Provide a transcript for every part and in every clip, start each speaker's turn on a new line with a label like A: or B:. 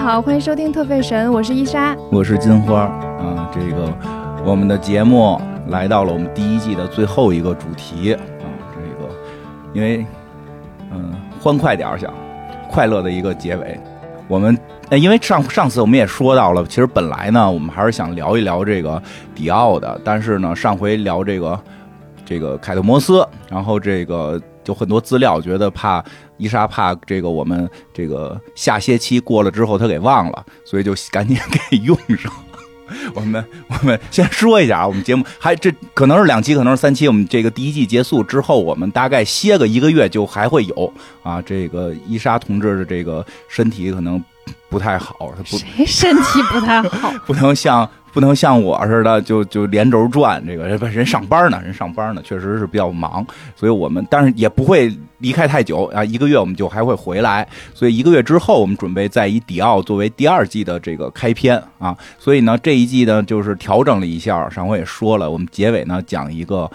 A: 好，欢迎收听特费神，我是伊莎。
B: 我是金花啊，这个我们的节目来到了我们第一季的最后一个主题啊，这个因为嗯欢快点儿想快乐的一个结尾，我们。呃因为上上次我们也说到了，其实本来呢，我们还是想聊一聊这个迪奥的，但是呢，上回聊这个这个凯特摩斯，然后这个有很多资料，觉得怕伊莎怕这个我们这个下些期过了之后他给忘了，所以就赶紧给用上。我们我们先说一下啊，我们节目还这可能是两期，可能是三期。我们这个第一季结束之后，我们大概歇个一个月就还会有啊。这个伊莎同志的这个身体可能不太好，他不
A: 谁身体不太好？
B: 哎不能像不能像我似的就就连轴转，这个人人上班呢，人上班呢，确实是比较忙，所以我们但是也不会离开太久啊，一个月我们就还会回来，所以一个月之后我们准备再以迪奥作为第二季的这个开篇啊，所以呢这一季呢就是调整了一下，上回也说了，我们结尾呢讲一个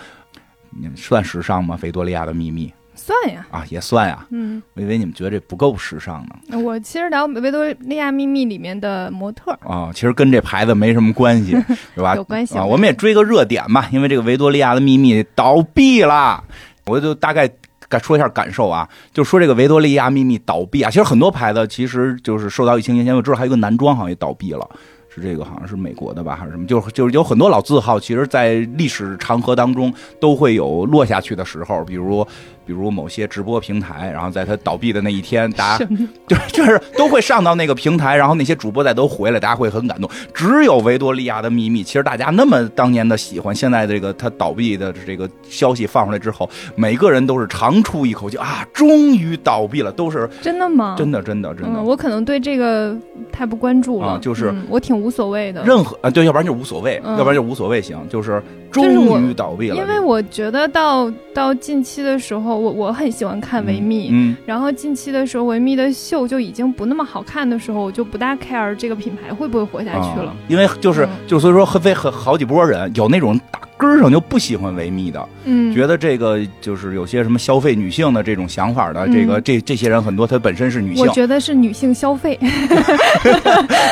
B: 嗯算时尚吗？维多利亚的秘密
A: 算呀，
B: 啊也算呀，
A: 嗯，
B: 我以为你们觉得这不够时尚呢
A: 我其实聊《维多利亚秘密》里面的模特儿
B: 啊，其实跟这牌子没什么关系，对吧？
A: 有关系
B: 啊，我们也追个热点吧，因为这个维多利亚的秘密倒闭了，我就大概。感说一下感受啊，就说这个维多利亚秘密倒闭啊，其实很多牌子其实就是受到疫情影响，我知道还有一个男装好像也倒闭了，是这个好像是美国的吧，还是什么？就是就是有很多老字号，其实在历史长河当中都会有落下去的时候，比如比如某些直播平台，然后在它倒闭的那一天，大家
A: 什么
B: 就是就是都会上到那个平台，然后那些主播再都回来，大家会很感动。只有维多利亚的秘密，其实大家那么当年的喜欢，现在这个他倒闭的这个消息放出来之后，每个人都是长出一口气啊，终于倒闭了，都是
A: 真的吗？
B: 真的真的真的。
A: 嗯嗯，我可能对这个太不关注了，
B: 啊就是
A: 嗯我挺无所谓的，
B: 任何啊，对，要不然就无所谓，
A: 嗯
B: 要不然就无所谓行，就是
A: 就是我
B: 终于倒闭了。
A: 因为我觉得到到近期的时候，我我很喜欢看维密。
B: 嗯，
A: 然后近期的时候，维密的秀就已经不那么好看的时候，我就不大 care 这个品牌会不会活下去了
B: 啊。因为就是
A: 嗯
B: 就所以说，很非很好几波人有那种打根儿上就不喜欢维密的，
A: 嗯，
B: 觉得这个就是有些什么消费女性的这种想法的，这个
A: 嗯
B: 这这些人很多，她本身是女性
A: 我，觉得是女性消费，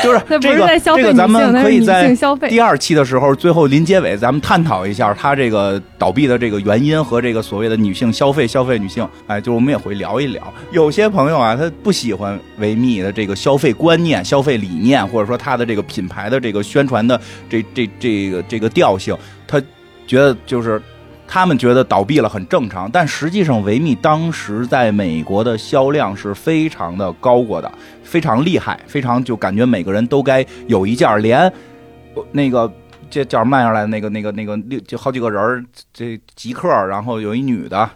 B: 就是
A: 那不
B: 这
A: 是
B: 个
A: 在消费
B: 这
A: 女性，
B: 个咱们
A: 那
B: 可
A: 是
B: 以
A: 女性
B: 在
A: 消费。
B: 第二期的时候，最后临结尾咱们探讨一下她这个倒闭的这个原因和这个所谓的女性消费消费女性，哎，就是我们也会聊一聊。有些朋友啊，他不喜欢维密的这个消费观念、消费理念，或者说他的这个品牌的这个宣传的这这这个这个调性，他觉得就是他们觉得倒闭了很正常，但实际上维密当时在美国的销量是非常的高过的，非常厉害，非常就感觉每个人都该有一件儿，连呃那个这叫什么玩意儿来，那个那个那个六就好几个人儿，这极客，然后有一女的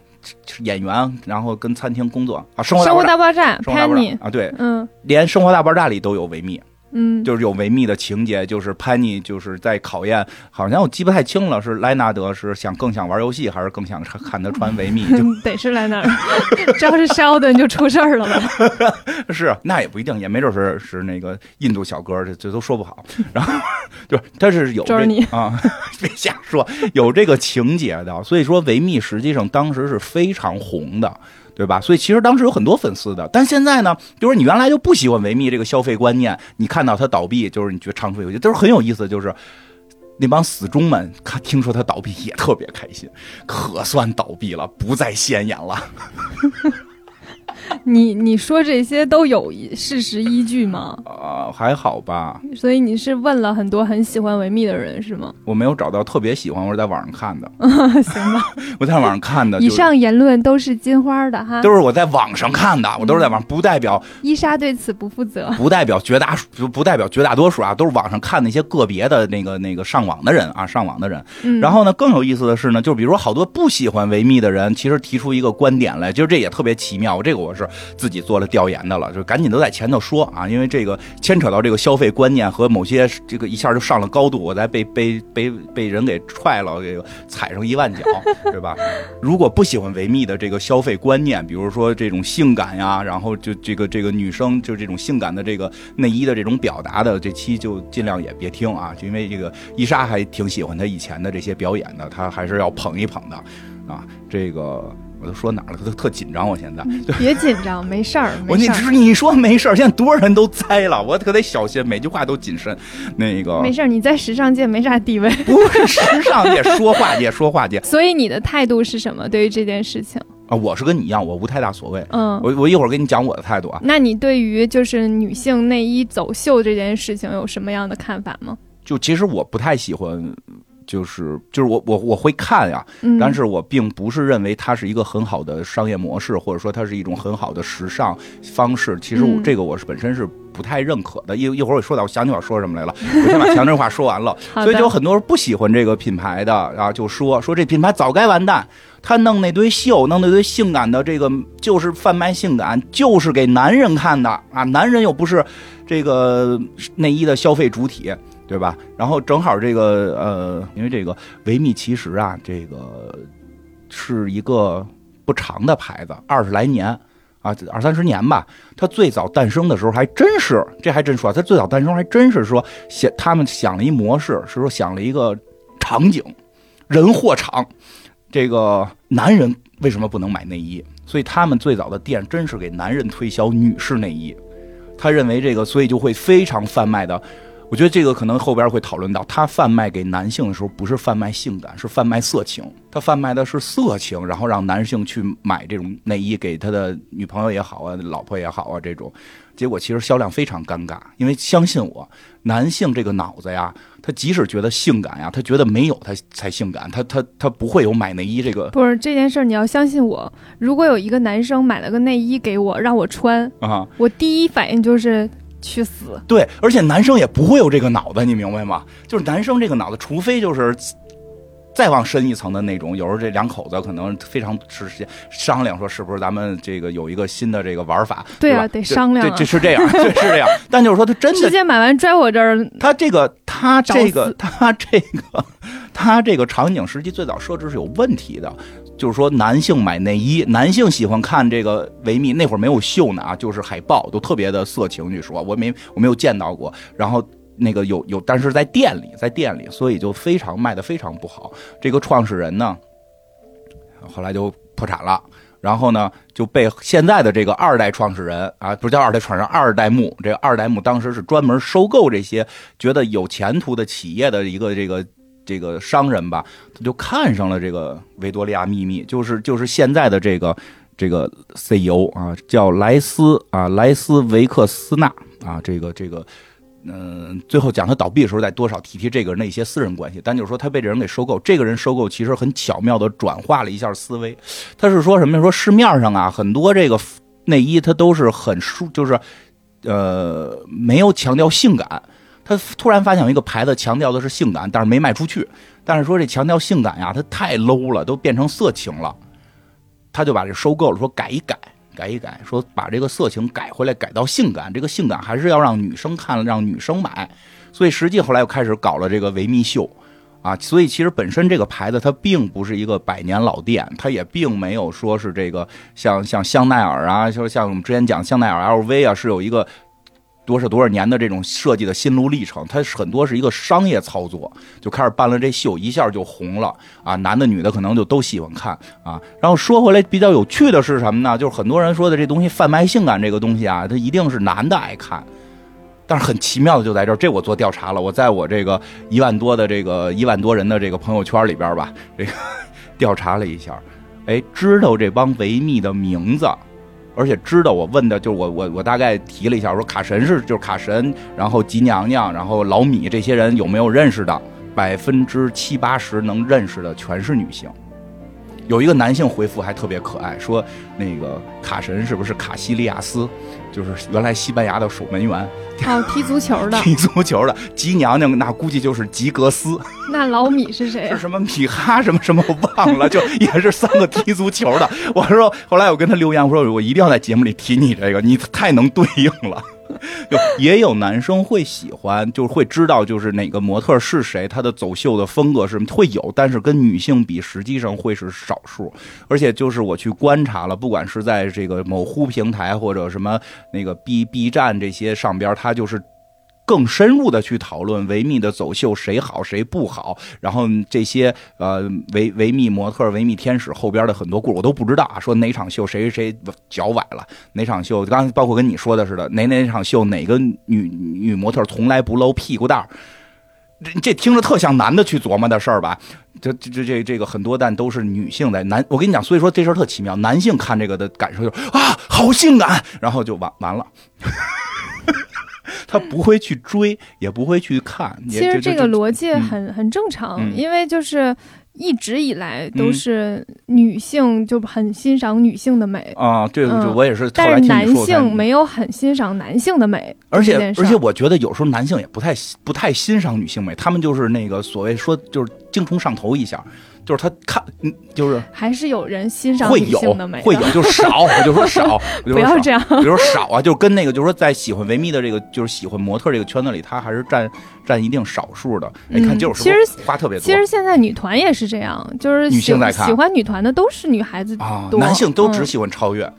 B: 演员，然后跟餐厅工作啊，生活大
A: 生活
B: 爆炸，
A: 大爆炸
B: 生活大爆炸
A: ，Penny，
B: 啊，对，
A: 嗯
B: 连《生活大爆炸》里都有维密。
A: 嗯，
B: 就是有维密的情节，就是潘妮就是在考验，好像我记不太清了，是莱纳德是想更想玩游戏，还是更想看看他穿维密？
A: 嗯得是来那儿， 只要是 Sheldon 就出事儿了吧？
B: 就是啊那也不一定，也没准是是那个印度小哥，这这都说不好。 然后就是他是有这
A: Johnny
B: 啊， 别瞎说，有这个情节的。所以说维密实际上当时是非常红的。对吧？所以其实当时有很多粉丝的，但现在呢，就是你原来就不喜欢维密这个消费观念，你看到它倒闭，就是你觉得长出有些，都是很有意思的，就是那帮死忠们看听说它倒闭也特别开心，可算倒闭了，不再显眼了。
A: 你你说这些都有事实依据吗？
B: 啊，还好吧，
A: 所以你是问了很多很喜欢维密的人是吗？
B: 我没有找到特别喜欢，我是在网上看的，
A: 行吧，
B: 我在网上看的，
A: 以
B: 就是
A: 上言论都是金花的哈，
B: 都是我在网上看的，我都是在网上，不代表
A: 伊莎对此不负责。
B: 不代表绝大不不代表绝大多数啊，都是网上看的一些个别的那个那个上网的人啊，上网的人。
A: 嗯，
B: 然后呢，更有意思的是呢，就是比如说好多不喜欢维密的人，其实提出一个观点来，就是这也特别奇妙。这个我是自己做了调研的了，就赶紧都在前头说啊，因为这个牵扯到这个消费观念和某些这个一下就上了高度，我再被被被被人给踹了，这个踩上一万脚，对吧？如果不喜欢维密的这个消费观念，比如说这种性感呀，然后就这个这个女生就这种性感的这个内衣的这种表达的，这期就尽量也别听啊，就因为这个伊莎还挺喜欢她以前的这些表演的，她还是要捧一捧的啊。这个我都说哪儿了？特特紧张，我现在。
A: 别紧张，没事儿，
B: 我
A: 嗯没
B: 你
A: 事儿，
B: 只你说没事儿，现在多少人都栽了，我可得小心，每句话都谨慎。那个
A: 没事儿，你在时尚界没啥地位，
B: 不是时尚界，说话界，说话界
A: 所以你的态度是什么？对于这件事情，
B: 啊，我是跟你一样，我无太大所谓。
A: 嗯，
B: 我我一会儿跟你讲我的态度啊。
A: 那你对于就是女性内衣走秀这件事情有什么样的看法吗？
B: 就其实我不太喜欢，就是就是我我我会看呀，
A: 嗯，
B: 但是我并不是认为它是一个很好的商业模式，或者说它是一种很好的时尚方式。其实我
A: 嗯
B: 这个我是本身是不太认可的。一一会儿我说到，我想起我说什么来了，我先把强制话说完了。
A: 好
B: 所以就有
A: 的，
B: 很多人不喜欢这个品牌的，然、后就说说这品牌早该完蛋，他弄那堆秀，弄那堆性感的，这个就是贩卖性感，就是给男人看的啊，男人又不是这个内衣的消费主体。对吧？然后正好这个呃，因为这个维密其实啊，这个是一个不长的牌子，二十来年啊，二三十年吧。它最早诞生的时候还真是，这还真说，它最早诞生还真是说想他们想了一模式，是说想了一个场景，人货场。这个男人为什么不能买内衣？所以他们最早的店真是给男人推销女士内衣，他认为这个，所以就会非常贩卖的。我觉得这个可能后边会讨论到，他贩卖给男性的时候不是贩卖性感，是贩卖色情，他贩卖的是色情，然后让男性去买这种内衣给他的女朋友也好啊，老婆也好啊这种，结果其实销量非常尴尬，因为相信我，男性这个脑子呀，他即使觉得性感呀，他觉得没有他才性感，他他他不会有买内衣这个
A: 不是这件事儿，你要相信我。如果有一个男生买了个内衣给我，让我穿，
B: 啊、
A: 我第一反应就是去死。
B: 对，而且男生也不会有这个脑子，你明白吗？就是男生这个脑子，除非就是再往深一层的那种，有时候这两口子可能非常是商量说，是不是咱们这个有一个新的这个玩法？
A: 对
B: 吧
A: 啊得商量啊
B: 这这是这样，对，是这样。但就是说，他真
A: 直
B: 的，
A: 接买完拽我这儿，
B: 他这个，他这
A: 找
B: 个
A: 嗯死，
B: 他这个，他这个场景实际最早设置是有问题的。就是说，男性买内衣，男性喜欢看这个维密，那会儿没有秀呢啊，就是海报都特别的色情。据说我没我没有见到过，然后那个有有，但是在店里，在店里，所以就非常卖的非常不好。这个创始人呢，后来就破产了。然后呢，就被现在的这个二代创始人啊，不是叫二代创始人，二代目。这个二代目当时是专门收购这些觉得有前途的企业的一个这个这个商人吧，他就看上了这个维多利亚秘密，就是就是现在的这个这个 CEO 啊，叫莱斯啊莱斯维克斯纳啊，这个这个。嗯，最后讲他倒闭的时候，再多少提提这个人的一些私人关系。但就是说，他被这人给收购，这个人收购其实很巧妙的转化了一下思维。他是说什么呀？说市面上啊，很多这个内衣它都是很舒，就是呃没有强调性感。他突然发现有一个牌子强调的是性感，但是没卖出去。但是说这强调性感呀，它太 low 了，都变成色情了。他就把这收购了，说改一改，改一改，说把这个色情改回来，改到性感。这个性感还是要让女生看，让女生买。所以实际后来又开始搞了这个维密秀。啊，所以其实本身这个牌子它并不是一个百年老店，它也并没有说是这个像像香奈儿啊，就是像我们之前讲香奈儿 LV 啊，是有一个多少多少年的这种设计的心路历程，它是很多是一个商业操作，就开始办了这秀，一下就红了啊，男的女的可能就都喜欢看啊。然后说回来，比较有趣的是什么呢？就是很多人说的这东西贩卖性感这个东西啊，它一定是男的爱看。但是很奇妙的就在这儿，这我做调查了，我在我这个一万多的这个一万多人的这个朋友圈里边吧，这个 调查了一下， 哎，知道这帮维密的名字，而且知道我问的就是我我我大概提了一下，我说卡神是就是卡神，然后吉娘娘，然后老米这些人有没有认识的？百分之七八十能认识的全是女性。有一个男性回复还特别可爱，说那个卡神是不是卡西利亚斯，就是原来西班牙的守门员，
A: 哦，踢足球 的。
B: 踢足球的吉娘娘，那估计就是吉格斯，
A: 那老米是谁
B: 是
A: 啊？
B: 什么米哈什么什么我忘了，就也是三个踢足球的。 我说后来我跟他留言，我说我一定要在节目里提你这个，你太能对应了。 就也有男生会喜欢，就是会知道就是哪个模特是谁，他的走秀的风格是会有，但是跟女性比，实际上会是少数。而且就是我去观察了，不管是在这个某乎平台或者什么那个 B B 站这些上边，它就是更深入的去讨论维密的走秀谁好谁不好，然后这些呃维维密模特、维密天使后边的很多故事我都不知道啊，说哪场秀谁谁谁脚崴了，哪场秀刚才包括跟你说的似的，哪哪场秀哪个女女模特从来不露屁股蛋儿。这这听着特像男的去琢磨的事儿吧？这这这这这个很多，但都是女性在男。我跟你讲，所以说这事儿特奇妙。男性看这个的感受就是啊，好性感，然后就完完了。 他不会去追，也不会去看。也
A: 其实
B: 这
A: 这个逻辑很、很正常，
B: 嗯
A: 因为就是一直以来都是女性就很欣赏女性的美，
B: 啊，这个
A: 嗯
B: 这我也是后
A: 但
B: 来
A: 是
B: 听
A: 男
B: 你说我才
A: 性没有很欣赏男性的美，
B: 而且
A: 这件事
B: 而
A: 儿
B: 且，我觉得有时候男性也不太不太欣赏女性美，他们就是那个所谓说就是精虫上头一下，就是他看，嗯就是
A: 还是有人欣赏
B: 会
A: 女
B: 有
A: 性的美的
B: 会有，就是少，我就说 少，我就
A: 不
B: 说
A: 要
B: 少
A: 这样。
B: 比如说少啊，就是跟那个，就是说在喜欢维密的这个，就是喜欢模特这个圈子里，他还是占占一定少数的。哎，看
A: 嗯
B: 这种是
A: 其
B: 不
A: 实
B: 是花特别 多
A: 其实现在女团也是这样，就是
B: 女
A: 喜
B: 性在看
A: 喜欢女团的都是女孩子，
B: 啊，
A: 多
B: 男性都只
A: 嗯
B: 喜欢超越，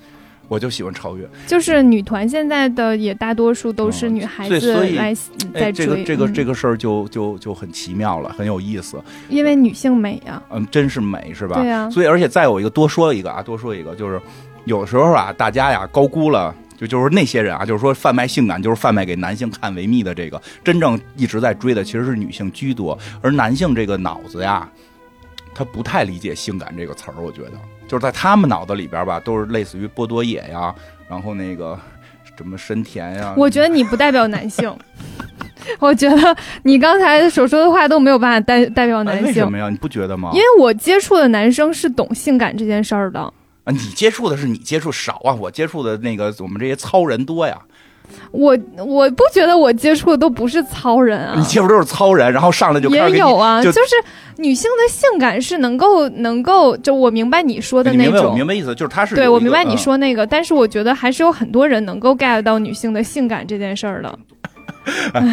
B: 我就喜欢超越。
A: 就是女团现在的也大多数都是
B: 嗯
A: 女孩
B: 所以
A: 子
B: 所以
A: 来
B: 哎，
A: 在
B: 这
A: 追，
B: 个这个
A: 嗯
B: 这个事儿就就就很奇妙了，很有意思。
A: 因为女性美啊呀，
B: 嗯，真是美是吧？
A: 对啊呀
B: 所以，而且再有一个多说一个啊，多说一个，就是有时候啊，大家呀高估了。就就是那些人啊，就是说贩卖性感，就是贩卖给男性看维密的这个，真正一直在追的其实是女性居多，而男性这个脑子呀，他不太理解性感这个词儿，我觉得就是在他们脑子里边吧，都是类似于波多野呀，然后那个什么深田呀，
A: 我觉得你不代表男性， 我觉得你刚才所说的话都没有办法代代表
B: 哎
A: 男
B: 为
A: 性
B: 什，么呀？你不觉得吗？
A: 因为我接触的男生是懂性感这件事儿的。
B: 啊，你接触的是你接触少啊，我接触的那个我们这些糙人多呀。
A: 我我不觉得我接触的都不是糙人啊
B: 你，接触都是糙人，然后上来就开始
A: 也
B: 给你
A: 有啊，
B: 就是
A: 女性的性感是能够能够，就我明白你说的
B: 你
A: 那
B: 明白我
A: 种
B: 明。白意思，就是他是
A: 对，
B: 有
A: 我
B: 一个
A: 明白你
B: 嗯
A: 说那个，但是我觉得还是有很多人能够 get 到女性的性感这件事儿的。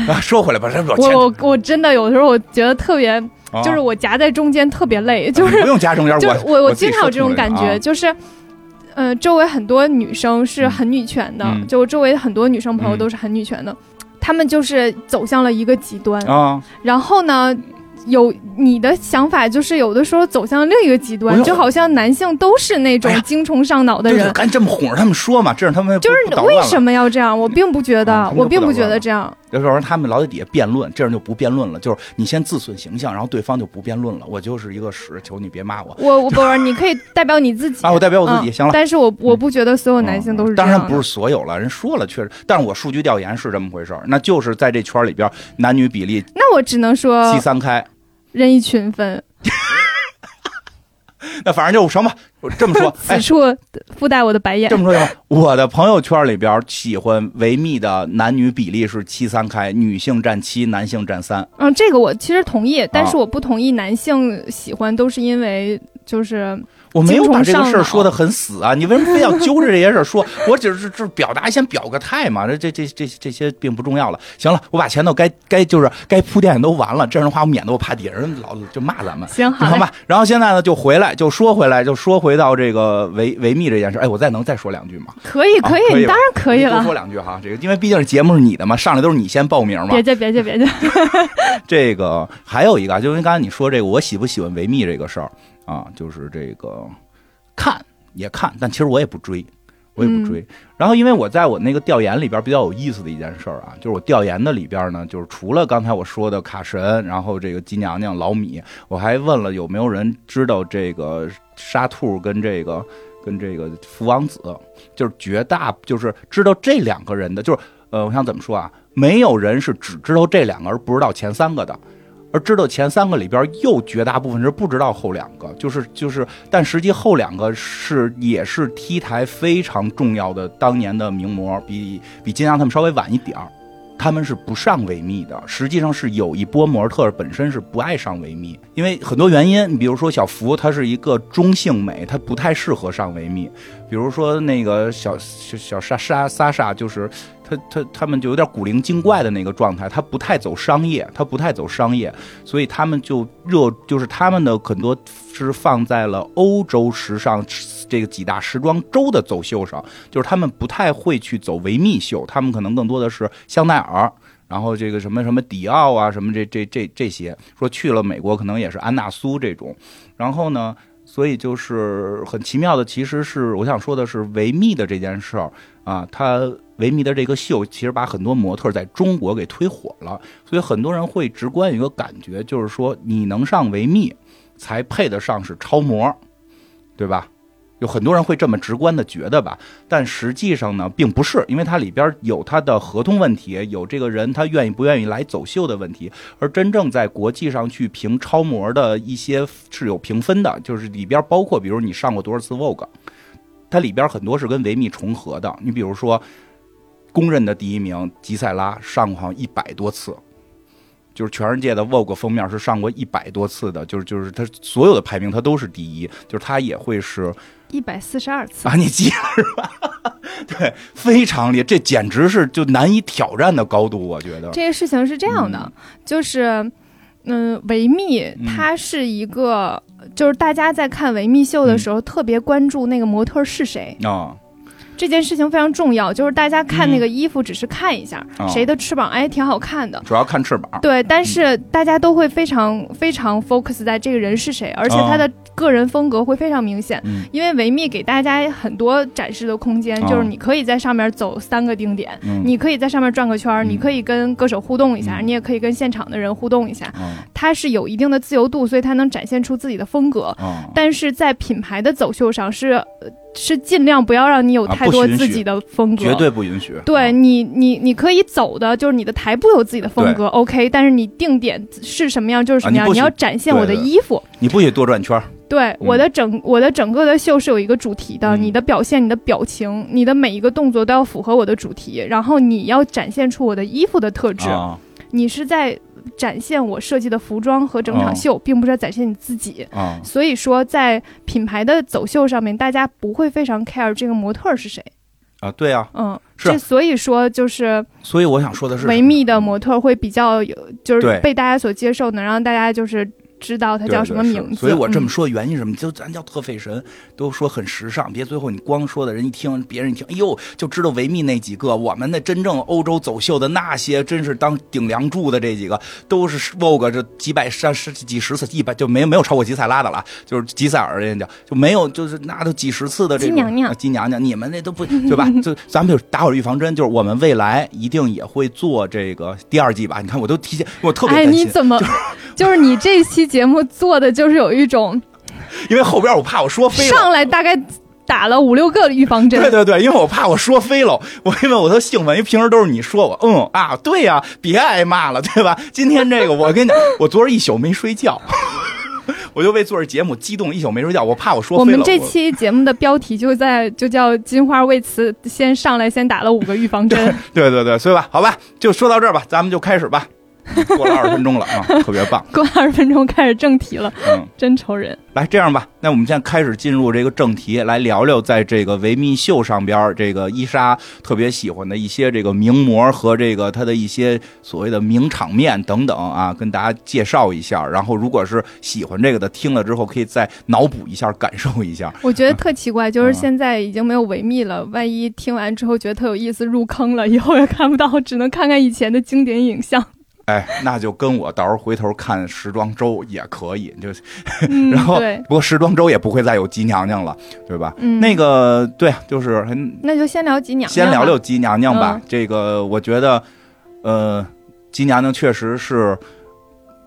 B: 啊 说回来吧，这老
A: 我
B: 钱
A: 我我真的有时候我觉得特别，
B: 啊
A: 就是我夹在中间特别累，就
B: 你
A: 是
B: 不用加中间，
A: 就是
B: 啊我
A: 我
B: 自己
A: 经常有
B: 说
A: 这种
B: 出来
A: 感
B: 了
A: 觉，
B: 啊
A: 就是，呃，周围很多女生是很女权的，
B: 嗯
A: 就我周围很多女生朋友
B: 嗯
A: 都是很女权的，她们就是走向了一个极端，
B: 啊，
A: 然后呢。有你的想法，就是有的时候走向另一个极
B: 我
A: 端，
B: 有
A: 就好像男性都是那种
B: 哎呀
A: 精虫上脑的
B: 对，
A: 人
B: 就，赶紧这么哄着他们说嘛，这样他们
A: 就是为什
B: 么？
A: 么要这样？我并不觉得
B: 嗯他，们就
A: 我并
B: 不
A: 不
B: 捣
A: 觉
B: 乱了
A: 得这样。
B: 要不然他们老在底下辩论，这样就不辩论了。就是你先自损形象，然后对方就不辩论了。我就是一个屎，求你别骂我
A: 我我不是，你可以代表你自己
B: 啊！我代表我自己，
A: 嗯
B: 行了。嗯
A: 但是我我不觉得所有男性都是这
B: 当
A: 样的。
B: 然不是所有了，人说了确实，但是我数据调研是这么回事儿，那就是在这圈里边男女比例
A: 那我只能说
B: 七三开，
A: 任意群分。，
B: 那反正就什么，我这么说 哎
A: 此，处附带我的白眼
B: 这。么说行吗？我的朋友圈里边喜欢维密的男女比例是七三开，女性占七，男性占三。
A: 嗯，这个我其实同意，但是我不同意男性喜欢都是因为就是
B: 我没有把这
A: 精
B: 个
A: 虫上
B: 事儿
A: 脑
B: 说的很死啊， 你为什么非要揪着这些事儿说？我只是就是表达，先表个态嘛，这这这这这些并不重要了。行了，我把前头该该就是该铺垫的都完了，这样的话我免得我怕底下人老就骂咱们。
A: 行好
B: 好
A: 嘞
B: 吧，然后现在呢，就回来，就说回来，就说回到这个维维密这件事。哎，我再能再说两句吗？
A: 可以
B: 啊
A: 可以，
B: 可以
A: 你
B: 吧
A: 当然可以
B: 多
A: 了
B: 说。两句哈，这个因为毕竟是节目是你的嘛，上来都是你先报名嘛
A: 别。介别介别介，
B: 这个还有一个啊，就因为刚才你说这个，我喜不喜欢维密这个事儿啊，就是这个看也看，但其实我也不追，我也不追。然后因为我在我那个调研里边比较有意思的一件事儿啊，就是我调研的里边呢，就是除了刚才我说的卡神，然后这个吉娘娘、老米，我还问了有没有人知道这个沙兔跟这个跟这个福王子，就是绝大就是知道这两个人的，就是呃，我想怎么说啊？没有人是只知道这两个而不知道前三个的，而知道前三个里边又绝大部分是不知道后两个，就是就是，但实际后两个是也是 T 台非常重要的当年的名模，比比金阳他们稍微晚一点儿。他们是不上维密的，实际上是有一波模特本身是不爱上维密，因为很多原因，你比如说小福，她是一个中性美，她不太适合上维密，比如说那个小小小莎莎莎莎，就是她她他们就有点古灵精怪的那个状态，她不太走商业，她不太走商业，所以他们就热，就是他们的很多是放在了欧洲时尚这个几大时装周的走秀上，就是他们不太会去走维密秀，他们可能更多的是香奈儿。然后这个什么什么迪奥啊，什么这这这这些，说去了美国可能也是安娜苏这种，然后呢，所以就是很奇妙的，其实是我想说的是维密的这件事儿啊，它维密的这个秀其实把很多模特在中国给推火了，所以很多人会直观有一个感觉，就是说你能上维密，才配得上是超模，对吧？有很多人会这么直观的觉得吧，但实际上呢，并不是，因为它里边有它的合同问题，有这个人他愿意不愿意来走秀的问题，而真正在国际上去评超模的一些是有评分的，就是里边包括比如你上过多少次 Vogue，它里边很多是跟维密重合的，你比如说公认的第一名吉塞拉上过好像一百多次。就是全世界的 Vogue 封面是上过一百多次的，就是就是它所有的排名它都是第一，就是它也会是
A: 一百四十二次
B: 啊，，你记了是吧？ 对，非常厉害，这简直是就难以挑战的高度，我觉得。
A: 这个事情是这样的，就是。嗯，维密
B: 嗯
A: 它是一个，就是大家在看维密秀
B: 嗯
A: 的时候，特别关注那个模特是谁，
B: 啊、
A: 这件事情非常重要。就是大家看那个衣服，只是看一下、
B: 嗯哦
A: 谁的翅膀，哎，挺好看的。
B: 主要看翅膀。
A: 对，但是大家都会非常非常 focus 在这个人是谁，而且他的个人风格会非常明显。
B: 嗯
A: 因为维密给大家很多展示的空间，
B: 哦
A: 就是你可以在上面走三个定点，
B: 嗯，
A: 你可以在上面转个圈儿，
B: 嗯
A: 你可以跟歌手互动一下，
B: 嗯
A: 你也可以跟现场的人互动一下。
B: 啊
A: 它是有一定的自由度，所以它能展现出自己的风格。
B: 啊，
A: 但是在品牌的走秀上是，呃是尽量不要让你有
B: 啊
A: 太
B: 不
A: 多
B: 允
A: 自
B: 许
A: 己的风格，
B: 绝对不允许。
A: 对
B: 啊
A: 你，你你可以走的，就是你的台步有自己的风格，OK，但是你定点是什么样就是什么
B: 啊
A: 样，
B: 你不
A: 你
B: 许
A: 要展现我的
B: 对对
A: 衣服。
B: 你不许多转圈儿。
A: 对我
B: 嗯
A: 的整我的整个的秀是有一个主题的，
B: 嗯
A: 你的表现、你的表情、你的每一个动作都要符合我的主题，然后你要展现出我的衣服的特质。
B: 啊
A: 你是在展现我设计的服装和整场
B: 哦
A: 秀，并不是在展现你自己。
B: 啊
A: 所以说，在品牌的走秀上面，大家不会非常 care 这个模特儿是谁。
B: 啊！对啊，
A: 嗯，
B: 是
A: 这所以说就是。
B: 所以我想说的是，
A: 维密的模特会比较有，就是
B: 对
A: 被大家所接受，能让大家就是知道他
B: 对
A: 叫
B: 对
A: 什么
B: 是
A: 名字。
B: 所以我这么
A: 嗯
B: 说原因是什么？就咱叫特费神，都说很时尚，别最后你光说的人一听，别人一听，哎呦，就知道维密那几个，我们那真正欧洲走秀的那些，真是当顶梁柱的这几个，都是 Vogue 这几百三十几十次，一百就没有没有超过吉塞拉的了，就是吉塞尔人家叫就没有，就是那都几十次的这
A: 金
B: 种
A: 娘娘
B: 啊金娘娘，你们那都不对吧？ 就咱们就打好预防针，就是我们未来一定也会做这个第二季吧。你看，我都提前，我特别
A: 哎，
B: 担
A: 你
B: 心。
A: 怎么，就是你这期节目做的就是有一 种
B: 因为后边我怕我说飞了，
A: 上来大概打了五六个预防针
B: 对，对对，因为我怕我说飞了，我因为我都兴奋，因为平时都是你说我，嗯啊，对呀、别挨骂了，对吧？今天这个，我跟你讲，我昨儿一宿没睡觉， 我就为做这节目激动一宿没睡觉，我怕我说
A: 我
B: 飞了。
A: 们这期节目的标题就在就叫“金花为此先上来先打了五个预防 针
B: 对对对，所以吧，好吧，就说到这儿吧，咱们就开始吧。过了二十分钟了啊，特别棒”，。
A: 过二十分钟开始正题了，
B: 嗯，
A: 真愁人。
B: 来这样吧，那我们现在开始进入这个正题，来聊聊在这个维密秀上边儿，这个伊莎特别喜欢的一些这个名模和这个她的一些所谓的名场面等等啊，跟大家介绍一下。然后，如果是喜欢这个的，听了之后可以再脑补一下，感受一下。
A: 我觉得特奇怪，就是
B: 嗯
A: 现在已经没有维密了。万一听完之后觉得特有意思，入坑了，以后也看不到，只能看看以前的经典影 像。
B: 哎，那就跟我到时候回头看时装周也可以，就
A: 嗯，
B: 然后
A: 对，
B: 不过时装周也不会再有吉娘娘了，对吧？
A: 嗯，
B: 那个对，就是很
A: 那就先聊吉娘娘吧，啊
B: 先聊聊吉娘娘吧。
A: 嗯
B: 这个我觉得，呃，吉娘娘确实是，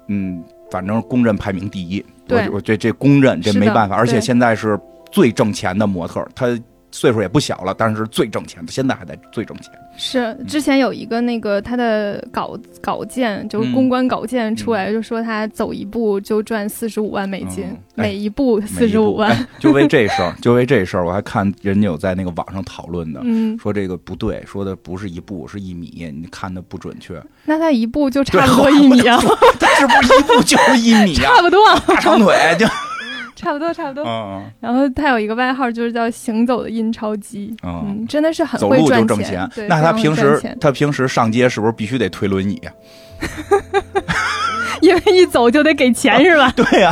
B: 嗯，反正公认排名第一。
A: 对
B: 我我这这公认这
A: 是的
B: 没办法，而且
A: 对
B: 现在是最挣钱的模特儿，她岁数也不小了，但是最挣钱的，现在还在最挣钱。
A: 是
B: 嗯
A: 之前有一个那个他的稿稿件，就是
B: 嗯
A: 公关稿件出来，就说他走一步就赚四十五万美金，
B: 嗯哎
A: 每一步四
B: 每一
A: 十
B: 步
A: 五万。
B: 哎就为这事儿， 就为这事儿，我还看人家有在那个网上讨论的。
A: 嗯，
B: 说这个不对，说的不是一步，是一米，你看的不准确。
A: 那他一步就差不多一米 啊，
B: 但是不是一步就是一米呀、
A: 差不多，
B: 大长腿就
A: 差不多，差不多。
B: 嗯
A: 然后他有一个外号，就是叫“行走的印钞机”。
B: 嗯嗯
A: 嗯，真的是很
B: 走
A: 会
B: 路就
A: 赚
B: 挣
A: 钱。对
B: 那
A: 非
B: 他
A: 常
B: 平
A: 会
B: 时
A: 赚钱
B: 他平时上街是不是必须得推轮椅？？
A: 因为一走就得给钱是吧
B: 对呀、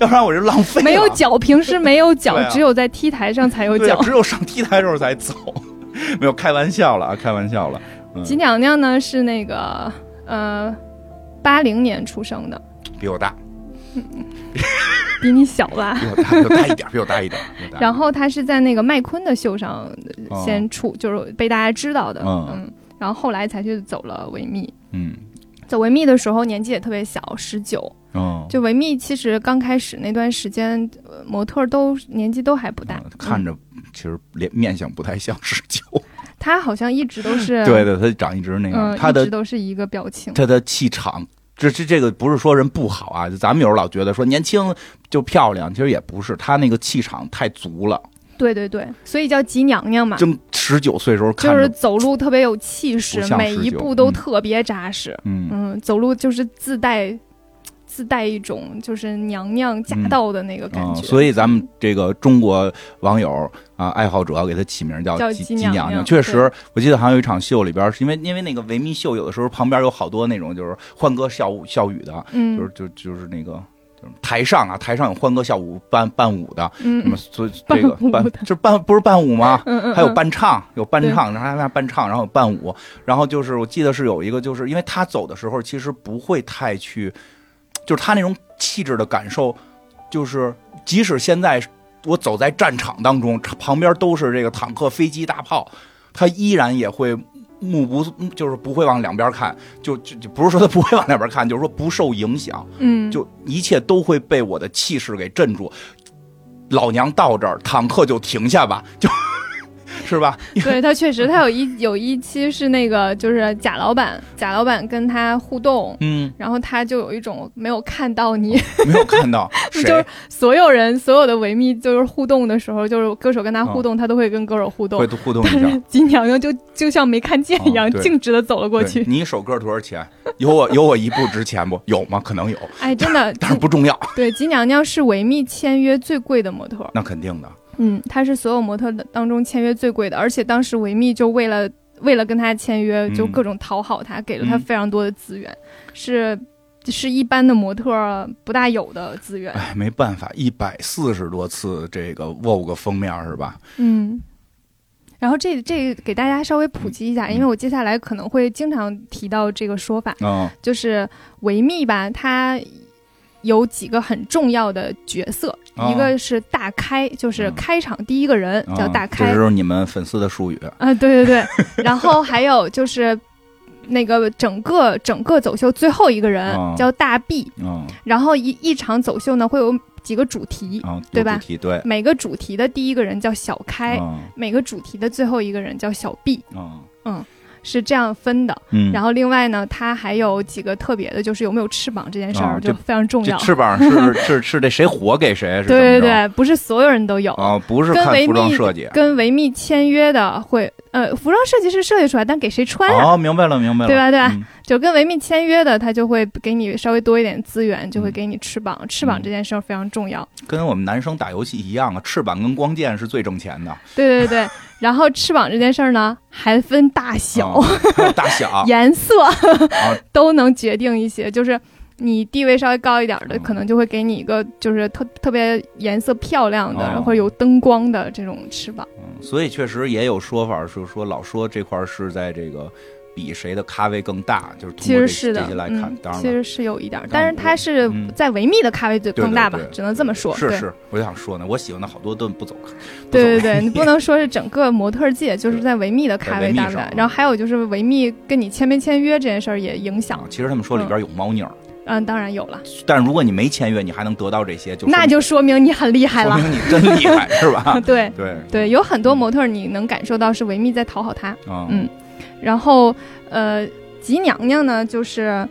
B: 要不然我就浪费了。
A: 没有脚，平时没有脚
B: 啊对，啊
A: 只有在 T 台上才有
B: 对呀、啊
A: 脚。
B: 只有上 T 台时候 才走。没有开玩笑了啊，开玩笑了。嗯
A: 吉娘娘呢是那个呃，八零年出生的，
B: 比我大，
A: 比你小吧？
B: 比我大，比我大一点，比我大一点。比我大一点
A: 然后他是在那个麦昆的秀上
B: 嗯
A: 呃
B: 哦
A: 先出，就是被大家知道的，
B: 嗯
A: 嗯，然后后来才去走了维密。
B: 嗯
A: 走维密的时候年纪也特别小，十九。
B: 哦，
A: 就维密其实刚开始那段时间，呃模特儿都年纪都还不大
B: 嗯，看
A: 嗯
B: 着其实脸面相不太像十九，
A: 他好像一直都是
B: 对对，他长一直那样，
A: 嗯，
B: 他
A: 一
B: 的
A: 直都是一个表情。
B: 他的气场。这这这个不是说人不好啊，就咱们有时候老觉得说年轻就漂亮，其实也不是，他那个气场太足了。
A: 对对对，所以叫吉娘娘嘛，
B: 真十九岁时候看
A: 就
B: 着，
A: 是走路特别有气势
B: 不，像
A: 每
B: 十
A: 一
B: 九
A: 步都
B: 嗯
A: 特别扎实。
B: 嗯，
A: 嗯，走路就是自带自带一种就是娘娘驾到的那个感
B: 啊，
A: 觉。
B: 所以咱们这个中国网友啊爱好者给他起名叫
A: 叫
B: 吉
A: 吉
B: 吉
A: 娘
B: 娘
A: 娘
B: 确实，我记得好像有一场秀里边，是因为因为那个维密秀有的时候旁边有好多那种就是欢歌笑舞笑语的，
A: 嗯，
B: 就是就就是那个就是台上啊，台上有欢歌笑舞伴伴舞的，什
A: 嗯
B: 么所以这个
A: 伴舞
B: 伴
A: 的
B: 这伴不是伴舞吗？
A: 嗯嗯，
B: 还有
A: 嗯
B: 伴唱，有伴唱，然后还有伴唱，然后有伴舞，然后就是我记得是有一个，就是因为他走的时候其实不会太去，就是他那种气质的感受，就是即使现在我走在战场当中，旁边都是这个坦克、飞机、大炮，他依然也会。目不就是不会往两边看，就就就不是说他不会往两边看，就是说不受影响，
A: 嗯
B: 就一切都会被我的气势给镇住。老娘到这儿，坦克就停下吧，就是吧？
A: 对他确实，他有一有一期是那个就是贾老板，贾老板跟他互动。
B: 嗯，
A: 然后他就有一种没有看到你，
B: 没有看到
A: 就
B: 谁
A: 是所有人所有的维密就是互动的时候，就是歌手跟他互动，他都会跟歌手互动
B: 啊会，互动一
A: 但
B: 下
A: 是。金娘娘就就像没看见一样，
B: 哦对
A: 径直的走了过去。
B: 对你一首歌多少钱？有我有我一部值钱不？有吗？可能有，
A: 哎，真 的，
B: 但是不重要，
A: 对金娘娘是维密签约最贵的模特儿，
B: 那肯定的。
A: 嗯，她是所有模特当中签约最贵的，而且当时维密就为了为了跟她签约，
B: 嗯
A: 就各种讨好她，给了她
B: 嗯
A: 非常多的资源，是是一般的模特儿不大有的资源。
B: 哎，没办法，一百四十多次这个 Vogue 封面是吧？
A: 嗯，然后这这给大家稍微普及一下，
B: 嗯
A: 因为我接下来可能会经常提到这个说法，
B: 嗯
A: 就是维密吧，它。有几个很重要的角色，
B: 哦
A: 一个是大开，就是
B: 嗯
A: 开场第一个人、
B: 嗯
A: 叫大
B: 这
A: 开，
B: 就是你们粉丝的术语。
A: 啊，对对对， 然后还有就是那个整个整个走秀最后一个人
B: 哦
A: 叫大 B，
B: 嗯
A: 然后一一场走秀呢会有几个主题，
B: 嗯，
A: 对吧哎
B: 有主题对。
A: 每个主题的第一个人叫小开，
B: 嗯
A: 每个主题的最后一个人叫小 B，
B: 嗯
A: 是这样分的。
B: 嗯，
A: 然后另外呢，它还有几个特别的，就是有没有翅膀这件事儿
B: 哦
A: 就
B: 这
A: 非常重
B: 这
A: 要。
B: 翅膀是是是这谁火给谁是怎么
A: 对对对，
B: 着？
A: 不是所有人都有。
B: 啊，不是
A: 跟
B: 看
A: 维
B: 服装
A: 密
B: 设计。啊
A: 跟维密签约的会，呃，服装设计师设计出来，但给谁穿啊？
B: 哦，明白了，明白了，
A: 对吧对吧
B: 嗯
A: 就跟维密签约的，他就会给你稍微多一点资源，就会给你翅
B: 嗯
A: 膀。翅膀这件事儿非常重要。
B: 跟我们男生打游戏一样啊，翅膀跟光剑是最挣钱的，
A: 对对 对。然后翅膀这件事儿呢，还分大 小、
B: 啊还有大小
A: 颜色、
B: 啊
A: 都能决定一些。就是你地位稍微高一点的，
B: 嗯
A: 可能就会给你一个就是特特别颜色漂亮的，
B: 哦
A: 或者有灯光的这种翅膀。
B: 嗯所以确实也有说法是说，老说这块儿是在这个比谁的咖位更大，就是通
A: 其
B: 过这
A: 实是的
B: 这些，来看
A: 嗯，
B: 当，然
A: 其
B: 了。
A: 实是有一点儿，
B: 当
A: 但是它是
B: 嗯
A: 在维密的咖位最
B: 对
A: 更大吧
B: 对，对
A: 只能这么说。
B: 是
A: 对
B: 是，我就想说呢，我喜欢的好多都不走咖，不
A: 对对
B: 走
A: 对，你不能说是整个模特界，就是在维密的咖位大不
B: 在维密
A: 大
B: 上。啊
A: 然后还有就是维密跟你签没签约这件事儿也影响
B: 啊。，其实他们说里边有猫腻儿，
A: 嗯，当然有了，
B: 但如果你没签约，你还能得到这些，就说
A: 那
B: 明
A: 就说明你很厉害
B: 说
A: 了。？
B: 明你啊真厉害，是 吧
A: 对
B: 对
A: 对，有很多模特你能感受到是维密在讨好他。嗯
B: 嗯
A: 然后呃，吉娘娘呢就是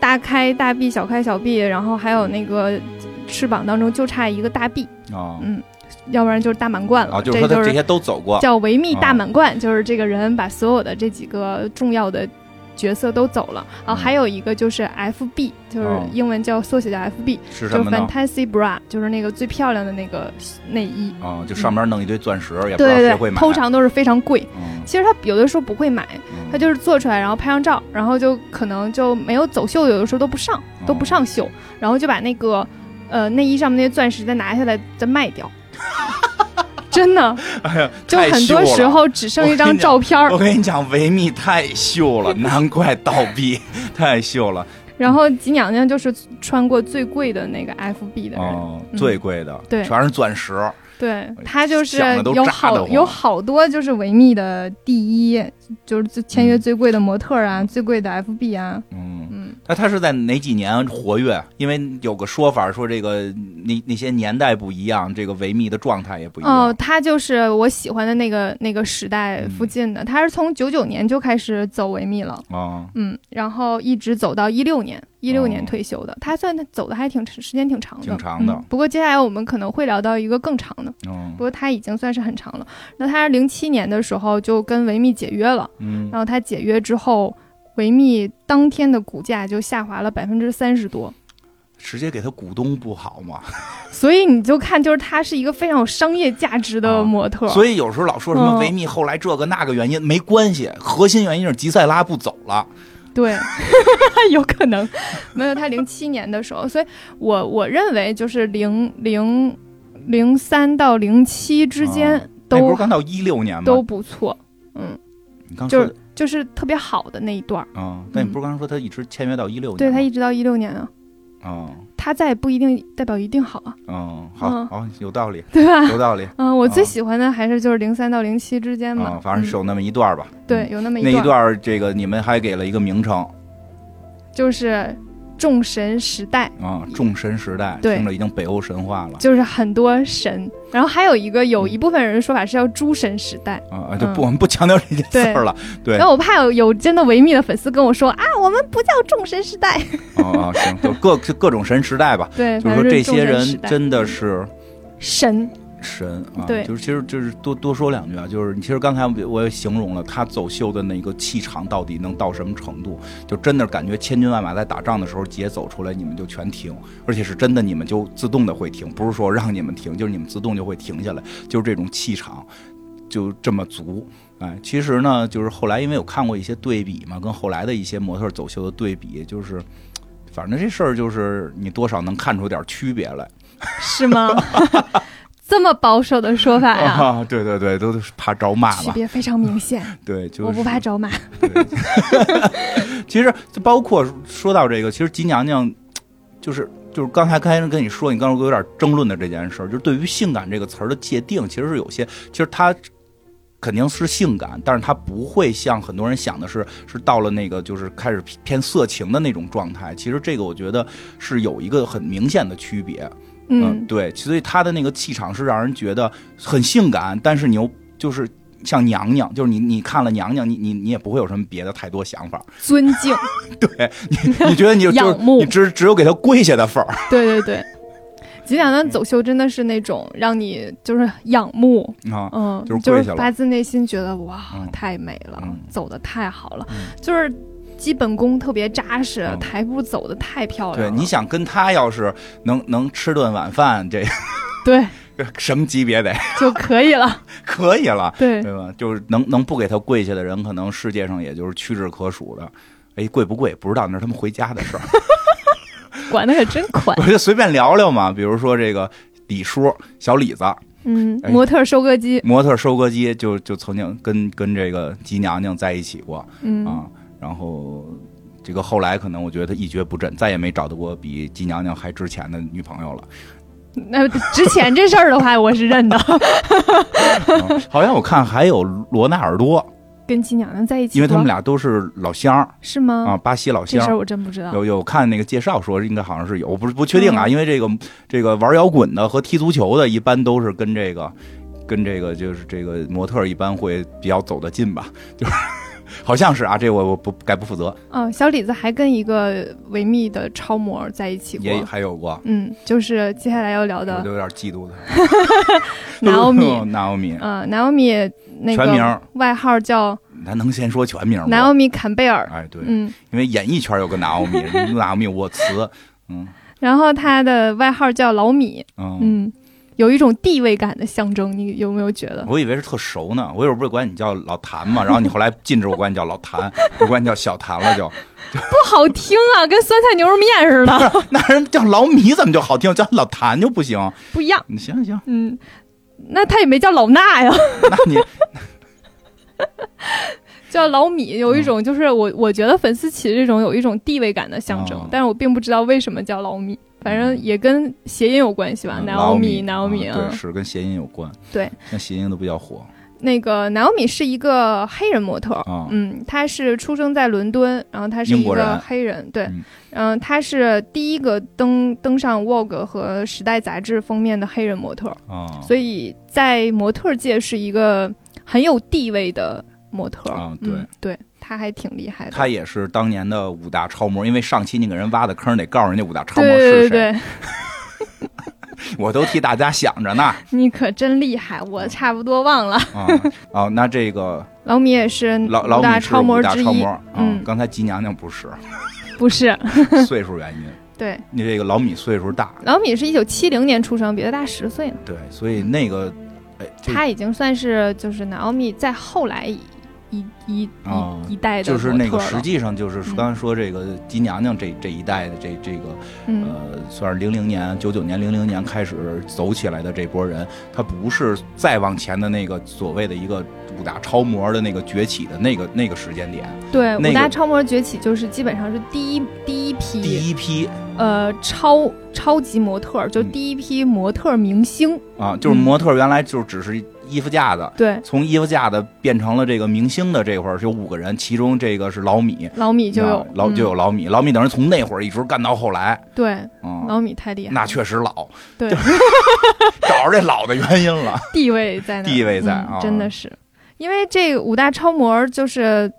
A: 大开大臂、小开小臂，然后还有那个翅膀当中就差一个大臂，
B: 啊
A: 嗯要不然就是大满贯了。
B: 啊，就是说
A: 这
B: 他
A: 就
B: 这
A: 是
B: 些都走过，
A: 叫维密大
B: 哦
A: 满贯，就是这个人把所有的这几个重要的角色都走了啊。
B: 嗯
A: 还有一个就是 FB，就是
B: 哦
A: 英文叫缩写叫 FB，
B: 是什
A: 就是
B: 么呢？
A: Fantasy Bra，就是那个最漂亮的那个内衣。
B: 啊，就上面弄一堆钻石，也不知道
A: 对
B: 谁
A: 对
B: 会
A: 对，
B: 买。啊
A: 通常都是非常贵。
B: 嗯，
A: 其实他有的时候不会买，
B: 嗯
A: 他就是做出来，然后拍张照，然后就可能就没有走秀，有的时候都不上，都
B: 哦
A: 不上秀， 然后就把那个呃内衣上面那些钻石再拿下来再卖掉。真的，
B: 哎呀，
A: 就
B: 太
A: 很
B: 秀
A: 多时
B: 了。
A: 候只剩一
B: 我跟
A: 张
B: 你讲
A: 照片儿
B: 我。跟你讲，维密太 秀了，难怪倒闭，太秀了。
A: 然后吉娘娘就是穿过最贵的那个 FB 的人，
B: 哦，
A: 嗯
B: 最贵的，
A: 对
B: 全是钻石。
A: 对她就是
B: 想着都
A: 有
B: 扎得
A: 好
B: 慌
A: 有好多就是维密的第一，就是最签约最贵的模特儿啊，最贵的 FB 啊，
B: 嗯，
A: 嗯，
B: 那他是在哪几年活跃？因为有个说法说这个那那些年代不一样，这个维密的状态也不一样。嗯
A: 哦，她就是我喜欢的那个那个时代附近的，她是从九九年就开始走维密了。
B: 哦，
A: 嗯，然后一直走到一六年，一六年
B: 哦
A: 退休的，她算走的还挺时间挺长的，
B: 挺长的
A: 嗯不过接下来我们可能会聊到一个更长的，
B: 嗯
A: 不过他已经算是很长了。那他零七年的时候就跟维密解约了，
B: 嗯
A: 然后他解约之后，维密当天的股价就下滑了百分之三十多。
B: 直接给他股东不好嘛？
A: 所以你就看，就是他是一个非常有商业价值
B: 哦
A: 的模特。
B: 所以有时候老说什么
A: 嗯
B: 维密后来这个那个原因没关系，核心原因是吉塞拉不走了。
A: 对， 有可能没有他零七年的时候，所以我我认为就是零零零三到零七之
B: 哦
A: 间
B: 那不
A: 都、
B: 是刚到一六年吗？
A: 都不错，嗯，
B: 你刚
A: 就
B: 说
A: 是就是特别好的那一段儿。
B: 啊，但你不是刚才说他一直签约到一六年吗？
A: 对他一直到一六年啊，
B: 哦
A: 他在不一定代表一定好啊，
B: 哦，好
A: 嗯
B: 哦，有道理，
A: 对吧？
B: 有道理
A: 嗯，我最
B: 啊
A: 喜欢的还是就是零三到零七之间嘛，
B: 啊，反正是
A: 嗯
B: 有那么一段吧。嗯
A: 对，有那么
B: 那一
A: 段，
B: 段儿这个你们还给了一个名称
A: 就是众神时代，
B: 啊，众神时代，
A: 嗯对
B: 听着已经北欧神话了
A: 就是很多神，然后还有一个有
B: 嗯
A: 一部分人说法是叫诸神时代。
B: 啊，就不
A: 嗯
B: 我们不强调这件事儿了，对
A: 然后我怕有有真的维密的粉丝跟我说啊，我们不叫众神时 代，
B: 啊啊，行，就各就各种神时代吧，
A: 对，
B: 就是
A: 反正
B: 说这
A: 众
B: 些
A: 神时
B: 人
A: 代嗯
B: 真的是
A: 神，
B: 神啊，
A: 对
B: 就是其实就是多多说两句啊，就是你其实刚才我也形容了他走秀的那个气场到底能到什么程度，就真的感觉千军万马在打仗的时候姐走出来，你们就全停，而且是真的你们就自动的会停，不是说让你们停，就是你们自动就会停下来，就是这种气场就这么足。哎，其实呢，就是后来因为有看过一些对比嘛，跟后来的一些模特走秀的对比，就是反正这事儿就是你多少能看出点区别来。
A: 是 吗？这么保守的说法哎呀、
B: 啊， 对对对，都是怕招骂
A: 区
B: 嘛。
A: 别非常明显，
B: 对， 就是
A: 我不怕。找马。
B: 对其实就包括说到这个，其实吉娘娘就是就是刚才开始跟你说，你刚才有点争论的这件事儿，就是对于性感这个词儿的界定，其实是有些，其实它。肯定是性感，但是它不会像很多人想的是，是到了那个就是开始偏色情的那种状态。其实这个我觉得是有一个很明显的区别。嗯，
A: 嗯，
B: 对，所以她的那个气场是让人觉得很性感，但是你又就是像娘娘，就是你你看了娘娘，你你你也不会有什么别的太多想法，
A: 尊 敬，
B: 你觉得 你就就是
A: 仰慕
B: 你只只有给她跪下的份 儿，
A: 对对对，吉两
B: 嗯
A: 的走秀真的是那种让你就是仰慕，
B: 啊，
A: 嗯，
B: 就是
A: 就
B: 跪
A: 是
B: 下了
A: 发自内心觉得哇
B: 嗯，
A: 太美了
B: 嗯，
A: 走的太好了
B: 嗯，
A: 就是基本功特别扎实
B: 嗯，
A: 台步走的太漂
B: 对，
A: 亮了
B: 你，想跟她要是能能吃顿晚饭，这
A: 对
B: 什么级别得
A: 就可以了，
B: 可以了，
A: 对
B: 对吧？就是能能不给她跪下的人，可能世界上也就是屈指可数的。哎，跪不跪不知道，那是他们回家的事儿。
A: 管的可真宽
B: 我，就随便聊聊嘛，比如说这个李叔、小李子，
A: 嗯，
B: 哎
A: 模特收割机，
B: 模特收割机就就曾经跟跟这个吉娘娘在一起过
A: 嗯，
B: 啊，然后这个后来可能我觉得他一蹶不振，再也没找到过比吉娘娘还值钱的女朋友 了。
A: 那之前这事儿的 话，我是认的，
B: 啊好像我看还有罗纳尔 多，
A: 跟金娘娘在一起过，
B: 因为他们俩都是老乡儿
A: 是吗
B: 啊，？巴西老
A: 这
B: 乡
A: 事儿
B: 儿。
A: 我真不知道，
B: 有有看那个介绍说，应该好像是有，我不是不确定啊，
A: 嗯
B: 因为这个这个玩摇滚的和踢足球的，一般都是跟这个跟这个就是这个模特儿一般会比较走得近吧，就是 好像是啊，这我我不概不负责。
A: 嗯，小李子还跟一个维密的超模在一起过，
B: 也还有过，
A: 嗯，就是接下来要聊
B: 我
A: 的
B: 都有点嫉妒他。
A: Naomi，
B: Naomi，
A: 嗯，Naomi 那
B: 全名
A: 个
B: 儿
A: 外号叫
B: 咱能先说全名吗？
A: Naomi 坎贝尔，
B: 哎，对，
A: 嗯，
B: 因为演艺圈有 个 Naomi，Naomi 沃茨，嗯
A: 然后她的外号叫老米，
B: 嗯，
A: 嗯，有一种地位感的象征，你有没有觉得？
B: 我以为是特熟呢，我一会儿不是管你叫老谭嘛，然后你后来禁止我管你叫老谭， 我管你叫小谭了就，
A: 不好听啊，跟酸菜牛肉面似 的，
B: 那人叫老米怎么就好听，叫老谭就不行？
A: 不一样，
B: 你行行，
A: 嗯。那他也没叫老衲 呀，
B: 那 你
A: 叫老米。有一
B: 嗯
A: 种就是我我觉得粉丝旗这种有一种地位感的象征
B: 哦，嗯
A: 但是我并不知道为什么叫老米，反正也跟谐音有关系吧。
B: 老
A: Naomi Naomi
B: 啊对，
A: 嗯，
B: 是跟谐音有关。
A: 对，
B: 那谐音都比较火
A: 那个 Naomi 是一个黑人模特儿，
B: 啊。
A: 嗯，他是出生在伦敦，然后他是
B: 英
A: 一
B: 国
A: 个
B: 人
A: 黑人，对
B: 嗯，
A: 嗯、他是第一个登登上 Vogue 和《时代》杂志封面的黑人模特儿，
B: 啊，
A: 所以在模特界是一个很有地位的模特儿。
B: 啊
A: 嗯、对，他还挺厉害的。
B: 他也是当年的五大超模，因为上期你给人挖的坑，得告诉人家五大超模
A: 对对
B: 是谁。
A: 对，
B: 我都替大家想 着呢。
A: 你可真厉害，我差不多忘了。
B: 啊啊，那这个
A: 老米也是
B: 老
A: 五
B: 老
A: 大
B: 米是
A: 超模
B: 五大
A: 之
B: 超
A: 一
B: 模，啊
A: 嗯
B: 刚才吉娘娘 不是
A: 不是？
B: 岁数原因，
A: 对，
B: 你这个老米岁数大，
A: 老米是一九七零年出生，比他大十岁呢。
B: 对，所以那个，
A: 嗯
B: 哎，这
A: 他已经算是就是 Naomi 在后来一一一一、
B: 哦
A: 一代的
B: 就是那
A: 模特
B: 个
A: 了
B: 实际上就是说
A: 嗯
B: 刚才说这个吉娘娘这这一代的这这个
A: 嗯、
B: 呃，算是零零年、九九年、零零年开始走起来的这波人，他不是再往前的那个所谓的一个五大超模的那个崛起的那个那个时间点，
A: 对
B: 呃那个
A: 五大超模崛起就是基本上是第一第一批
B: 第一批
A: 呃超超级模特儿，就
B: 嗯
A: 第一批模特儿明星，
B: 啊，就是模特原来就只是衣服架子。
A: 对。
B: 从衣服架子变成了这个明星的这会儿是有五个人，其中这个是老米，
A: 老米就有
B: 啊老
A: 嗯
B: 就有老米，老米等于从那会儿一直干到后来，
A: 对
B: 嗯，
A: 老米太厉害，
B: 那确实老，
A: 对 啊
B: 找着这老的原因 了，
A: 地位在那儿，
B: 地位在
A: 嗯
B: 啊
A: 真的是，因为这五大超模儿就是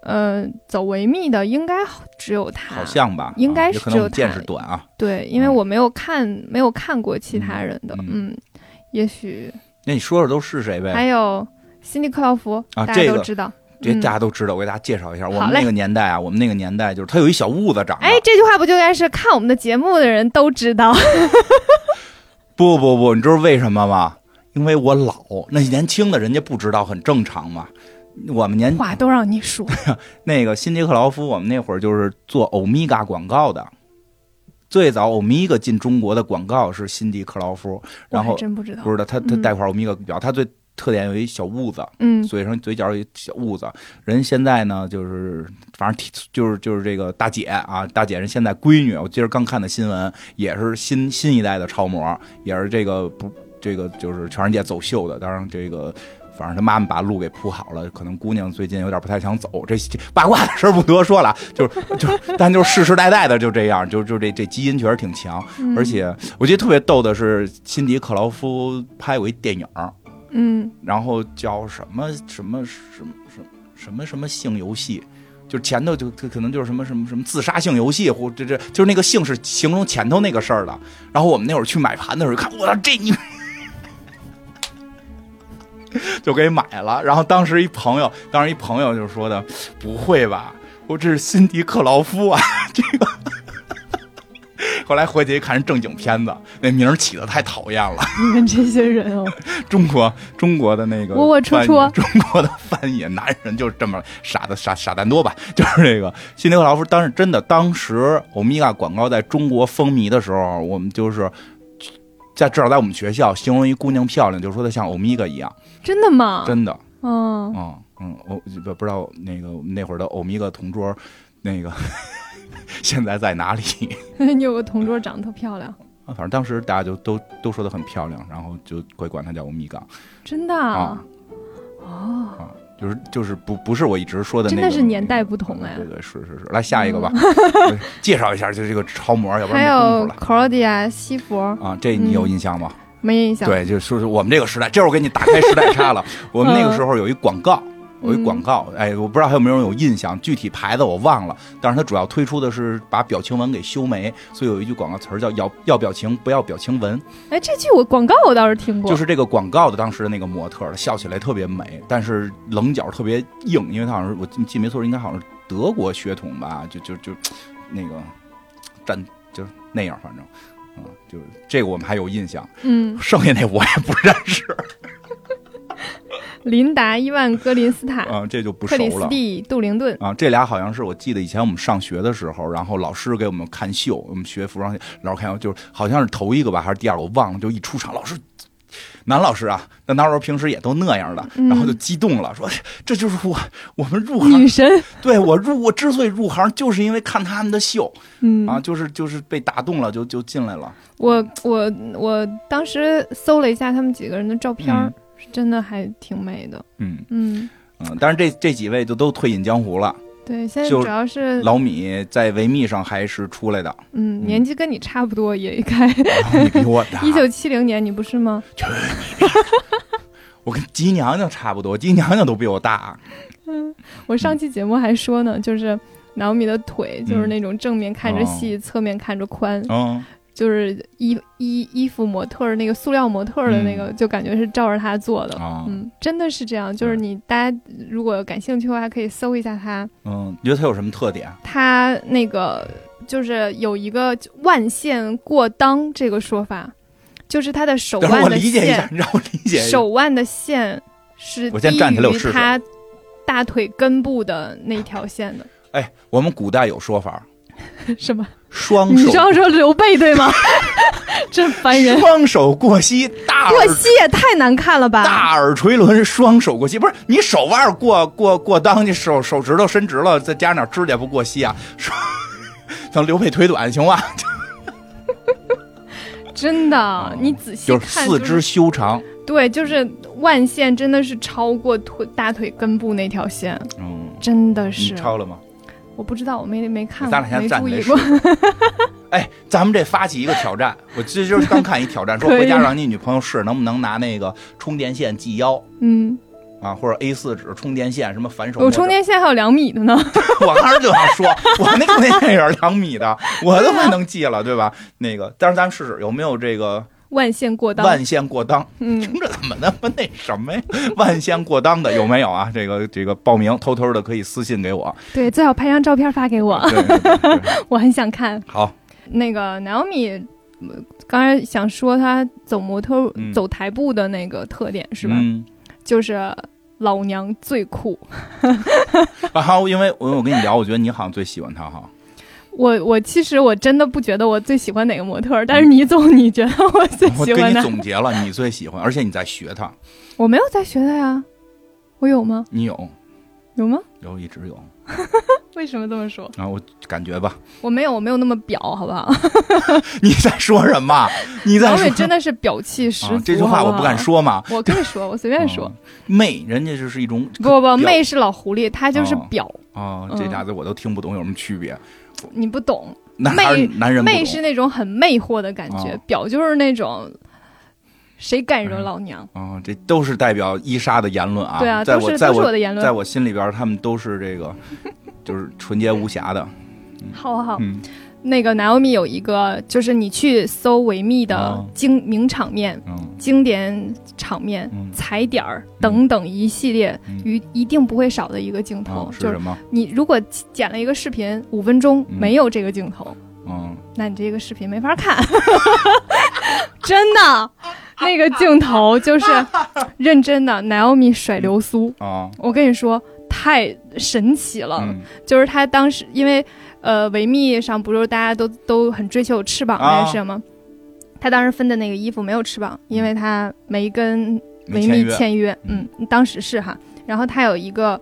A: 呃走维密的，应该只有他，
B: 好像吧？
A: 应该
B: 啊
A: 是
B: 有可能我
A: 只有他
B: 见识短啊，
A: 对，因为
B: 嗯
A: 我没有看没有看过其他人的，
B: 嗯
A: 嗯，也许
B: 那你说说都是谁呗？
A: 还有辛迪克劳福，
B: 啊
A: 大
B: 这
A: 家
B: 个
A: 都知道。
B: 这
A: 哎嗯
B: 大家都知道，我给大家介绍一下，我
A: 好
B: 们
A: 嘞
B: 那个年代啊，我们那个年代就是它有一小痦子长的。
A: 哎，这句话不就应该是看我们的节目的人都知 道？
B: 不不不，你知道为什么吗？因为我老，那年轻的人家不知道，很正常嘛。我们年
A: 话都让你说，
B: 那个辛迪克劳夫，我们那会儿就是做欧米伽广告的。最早欧米伽进中国的广告是辛迪克劳夫，
A: 我
B: 然
A: 还
B: 后
A: 真不知道
B: 不。知道他他
A: 嗯
B: 带块欧米伽表，他最特点有一小痦子，
A: 嗯，
B: 嘴上嘴角有一小痦子。人现在呢，就是反正挺就是就是这个大姐啊，大姐人现在闺女，我今儿刚看的新闻，也是新新一代的超模，也是这个不这个就是全世界走秀的。当然这个。反正她妈妈把路给铺好了，可能姑娘最近有点不太想走。这这八卦 的事儿不多说了，就是就是，但就是世世代代的就这样，就就这这基因确实挺强。
A: 嗯
B: 而，且我觉得特别逗的是，辛迪克劳夫拍过一电影儿，
A: 嗯，
B: 然后叫什么什么什么什么什么什么性游戏，就是前头就可可能就是什么什么什么自杀性游戏，或这这就是那个性是形容前头那个事儿的。然后我们那会儿去买盘的时候，看我操这你。 就给买了，然后当时一朋友，当时一朋友就说的：“不会吧，我这是辛迪克劳夫啊，这个。” 后来回去一看，是正经片子，那名儿起的太讨厌了。
A: 你们这些人哦，
B: 中国中国的那个
A: 窝窝戳
B: 翻译
A: 戳
B: 中国的翻译，男人就是这么傻的傻傻蛋多吧？ 就是这个辛迪克劳夫，当时真的，当时欧米伽广告在中国风靡的时候，我们就是在至少在我们学校形容一姑娘漂亮，就说她像欧米伽一样，
A: 真的吗？
B: 真的，
A: 嗯，
B: 嗯嗯，我不不知道那个我们那会儿的欧米伽同桌，那个 现在在哪里？ 啊
A: 你有个同桌长得特漂亮，
B: 反正当时大家就都都说她很漂亮，然后就会管她叫欧米伽
A: 真的啊
B: 啊。
A: 哦，
B: 啊，就是就是不不是我一直说的那个，嗯
A: 真的是年代不同哎嗯
B: 对对是是是，来下一个 吧，介绍一下就这个超模，要不
A: 还
B: 然没
A: 有嗯
B: 工夫
A: Claudia 西佛，
B: 了。啊，这你有印象吗？
A: 没印象。，
B: 对，就是我们这个时代，这会儿我给你打开时 代差了。我们那
A: 嗯
B: 个时候有一广告，有一广告，哎，我不知道还有没有人有印象，具体牌子我忘了。但是它主要推出的是把表情纹给修眉，所以有一句广告词儿叫“要要表情，不要表情纹”。
A: 哎，这句我广告我倒是听过，
B: 就是这个广告的当时的那个模特儿，笑起来特别美，但是棱角特别硬，因为她好像是我记记没错，应该好像是德国血统吧，就就就那个站就是那样，反正。嗯，就是这个我们还有印象，
A: 嗯，
B: 剩下那我也不认识，
A: 琳达伊万格林斯坦、
B: 啊、这就不熟
A: 克里斯
B: 了。
A: 蒂杜灵顿，
B: 啊，这俩好像是我记得以前我们上学的时候，然后老师给我们看秀，我们学服装秀，老师看秀就是好像是头一个吧，还是第二个，我忘了。就一出场，老师男老师啊，那男老师平时也都那样的，然后就激动了，说这就是我我们入行
A: 嗯女神，
B: 对我入我之所以入行，就是因为看他们的秀
A: 嗯
B: 啊，就是就是被打动了，就就进来了。
A: 我我我当时搜了一下他们几个人的照片儿，
B: 嗯
A: 是真的还挺美的。
B: 嗯
A: 嗯，
B: 嗯，但是这这几位就都退隐江湖了。
A: 对，现在
B: 就
A: 主要是
B: 老米在维密上还是 出来的，
A: 嗯，年纪跟你差不多，也该
B: 然后你比我大。
A: 一九七零年，你不是吗？
B: 我跟吉娘娘差不多，吉娘娘都比我大。
A: 我上期节目还说
B: 嗯
A: 呢，就是老米的腿就是那种正面看着细，
B: 哦
A: 侧面看着宽，
B: 嗯，
A: 就是衣衣衣服模特儿那个塑料模特儿的那
B: 嗯
A: 个，就感觉是照着他做的。
B: 啊，
A: 嗯，真的是这样。就是
B: 嗯
A: 你大家如果感兴趣的话，可以搜一下他。
B: 嗯，你觉得他有什么特点？
A: 他那个就是有一个万线过裆这个说法，就是他的手
B: 让我
A: 腕的
B: 理解一下
A: 线，，
B: 你让我理解一下。
A: 手腕的线是
B: 我先
A: 低
B: 站起来我
A: 于
B: 试试
A: 他大腿根部的那条线的，
B: 哎，我们古代有说法，
A: 是吗？
B: 双
A: 你
B: 手
A: 是要说刘备对吗？ 真烦人！
B: 双手过膝，大
A: 过
B: 耳
A: 膝啊也太难看了吧！
B: 大耳垂轮，双手过膝，不是你手腕儿过过过裆，你手手指头伸直了，再加上点指甲不过膝啊？说等刘备腿短 行吧？
A: 真的，你仔细
B: 哦就是
A: 看，就
B: 四肢
A: 是
B: 修长。
A: 对，就是万线真的是超过腿大腿根部那条线，
B: 嗯，
A: 真的
B: 你
A: 是。
B: 抄了吗？
A: 我不知道，我没没看
B: 咱
A: 过，
B: 俩先
A: 没
B: 站
A: 注
B: 着
A: 意
B: 试
A: 过。
B: 哎，咱们这发起一个挑战，我这就是刚看一挑战，说
A: 可以
B: 回家让你女朋友试能不能拿那个充电线系腰
A: 嗯，
B: 啊，或者 A 4纸充电线什么反手。
A: 我充，电线还有两米的呢。
B: 我当时就想说，我那充电线也是两米的，我都
A: 啊
B: 快能系了，对吧？那个，但是咱们试试有没有这个
A: 万线过裆，
B: 万线过裆，
A: 嗯，
B: 听着怎么那么那什么呀？万线过裆的有没有啊？这个这个报名偷偷的可以私信给我。
A: 对，最好拍张照片发给我，
B: 对对对对
A: 我很想看。
B: 好，
A: 那个 Naomi，呃刚才想说她走模特、
B: 嗯
A: 走台步的那个特点 是吧？
B: 嗯
A: 就是老娘最酷。
B: 然后因为我我跟你聊，我觉得你好像最喜欢他哈。
A: 我我其实我真的不觉得我最喜欢哪个模特儿，但是你总你觉得我最
B: 嗯我
A: 喜
B: 给
A: 欢
B: 你
A: 哪？
B: 总结了，你最喜欢，而且你在学他，
A: 我没有在学的呀，我有吗？
B: 你有
A: 有吗？
B: 有一直有
A: 为什么这么说？
B: 然后我感觉吧，
A: 我没有，我没有那么表，好不 好？
B: 你在说什么？你在
A: 老美
B: 说
A: 真的是表气十足、
B: 啊？这句话
A: 好
B: 我
A: 好
B: 不敢说嘛，
A: 我可以说，我随便说。
B: 嗯媚，人家就是一种
A: 不不不，
B: 表
A: 妹是老狐狸，她就是表，
B: 啊，
A: 嗯
B: 这俩字我都听不懂有什么区别。
A: 你不懂。
B: 男孩
A: 媚
B: 男人不
A: 妹
B: 懂
A: 是那种很魅惑的感觉，
B: 哦
A: 表就是那种谁敢惹老娘？
B: 啊，这都是代表伊莎的言论啊。
A: 对啊，
B: 在
A: 都
B: 我
A: 是
B: 在
A: 都是我
B: 我
A: 的言论
B: 在。我心里边，他们都是这个就是纯洁无瑕的。
A: 好好好，
B: 嗯
A: 那个 Naomi 有一个，就是你去搜维密的
B: 哦
A: 经名场面、
B: 嗯
A: 经典场面
B: 嗯、
A: 踩点儿等等一系列
B: 嗯，
A: 一一定不会少的一个镜
B: 啊
A: 头，
B: 是
A: 就是
B: 什么？
A: 你如果剪了一个视频五分钟
B: 嗯
A: 没有这个镜头，
B: 嗯，
A: 那你这个视频没法看， 真的，那个镜头就是认真的 Naomi 甩流苏，
B: 啊，
A: 我跟你说太神奇了，
B: 嗯
A: 就是她当时因为呃维密上不是大家都都很追求翅膀
B: 啊
A: 那什么，她当时分的那个衣服没有翅膀，因为她没跟
B: 没
A: 维
B: 签
A: 密
B: 约
A: 签约，嗯，当时是哈，然后她有一个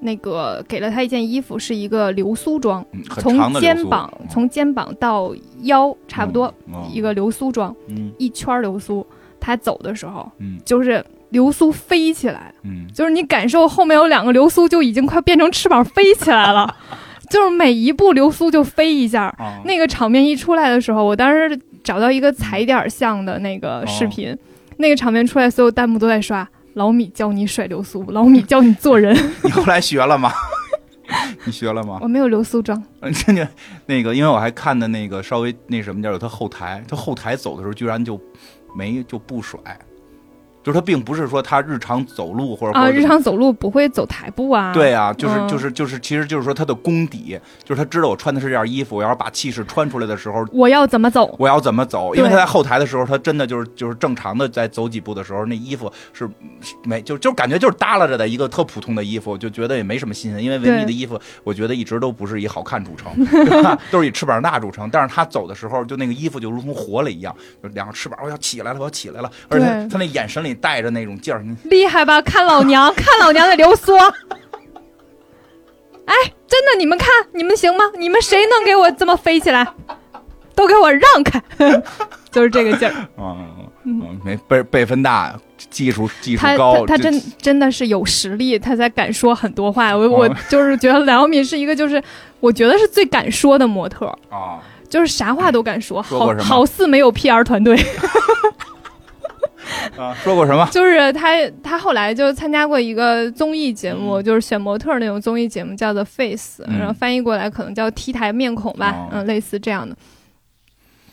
A: 那个给了她一件衣服是一个流苏装。
B: 嗯很长
A: 从
B: 的流
A: 肩
B: 苏
A: 膀从肩膀到腰差不多、
B: 嗯
A: 一个流苏装，
B: 嗯
A: 一圈儿流苏。他走的时候
B: 嗯
A: 就是流苏飞起来，
B: 嗯
A: 就是你感受后面有两个流苏就已经快变成翅膀飞起来了， 就是每一步流苏就飞一下。
B: 啊，
A: 那个场面一出来的时候，我当时找到一个踩点儿像的那个视
B: 哦
A: 频，那个场面出来，所有弹幕都在刷老米教你甩流苏，老米教你做人。
B: 你后来学了吗？你学了吗？
A: 我没有流苏装，
B: 真的，那个，因为我还看的那个稍微那什么点儿，有他后台，他后台走的时候居然就没就不甩，就是他并不是说他日常走路或者
A: 啊，
B: 或者
A: 日常走路不会走台步啊。
B: 对啊，就是
A: 嗯
B: 就是就是，其实就是说他的功底，就是他知道我穿的是这件衣服，我要是把气势穿出来的时候，
A: 我要怎么走？
B: 我要怎么走？因为
A: 对
B: 他在后台的时候，他真的就是就是正常的在走几步的时候，那衣服是是没就就感觉就是耷拉着的一个特普通的衣服，就觉得也没什么新鲜。因为维密的
A: 对
B: 衣服，我觉得一直都不是以好看著 称，对吧都是以翅膀大著称。但是他走的时候，就那个衣服就如同活了一样，就两个翅膀，我要起来了，我要起来了。而且他
A: 对
B: 他那眼神里带着那种劲儿，你
A: 厉害吧？看老娘，看老娘的流苏。哎，真的，你们看，你们行吗？你们谁能给我这么飞起来？都给我让开， 就是这个劲儿。
B: 嗯嗯，没辈辈分大，技术技术
A: 他
B: 高，
A: 他他
B: 这
A: 真真的是有实力，他才敢说很多话。我我
B: 嗯
A: 就是觉得梁晓敏是一个，就是我觉得是最敢说的模特儿，
B: 啊，
A: 就是啥话都敢说，
B: 说过
A: 好
B: 什么
A: 好似没有 PR 团队。
B: 啊说过什么？
A: 就是他他后来就参加过一个综艺节目，就是选模特儿那种综艺节目，叫做 Face，、
B: 嗯
A: 然后翻译过来可能叫 T 台面孔吧，
B: 哦
A: 嗯，类似这样的。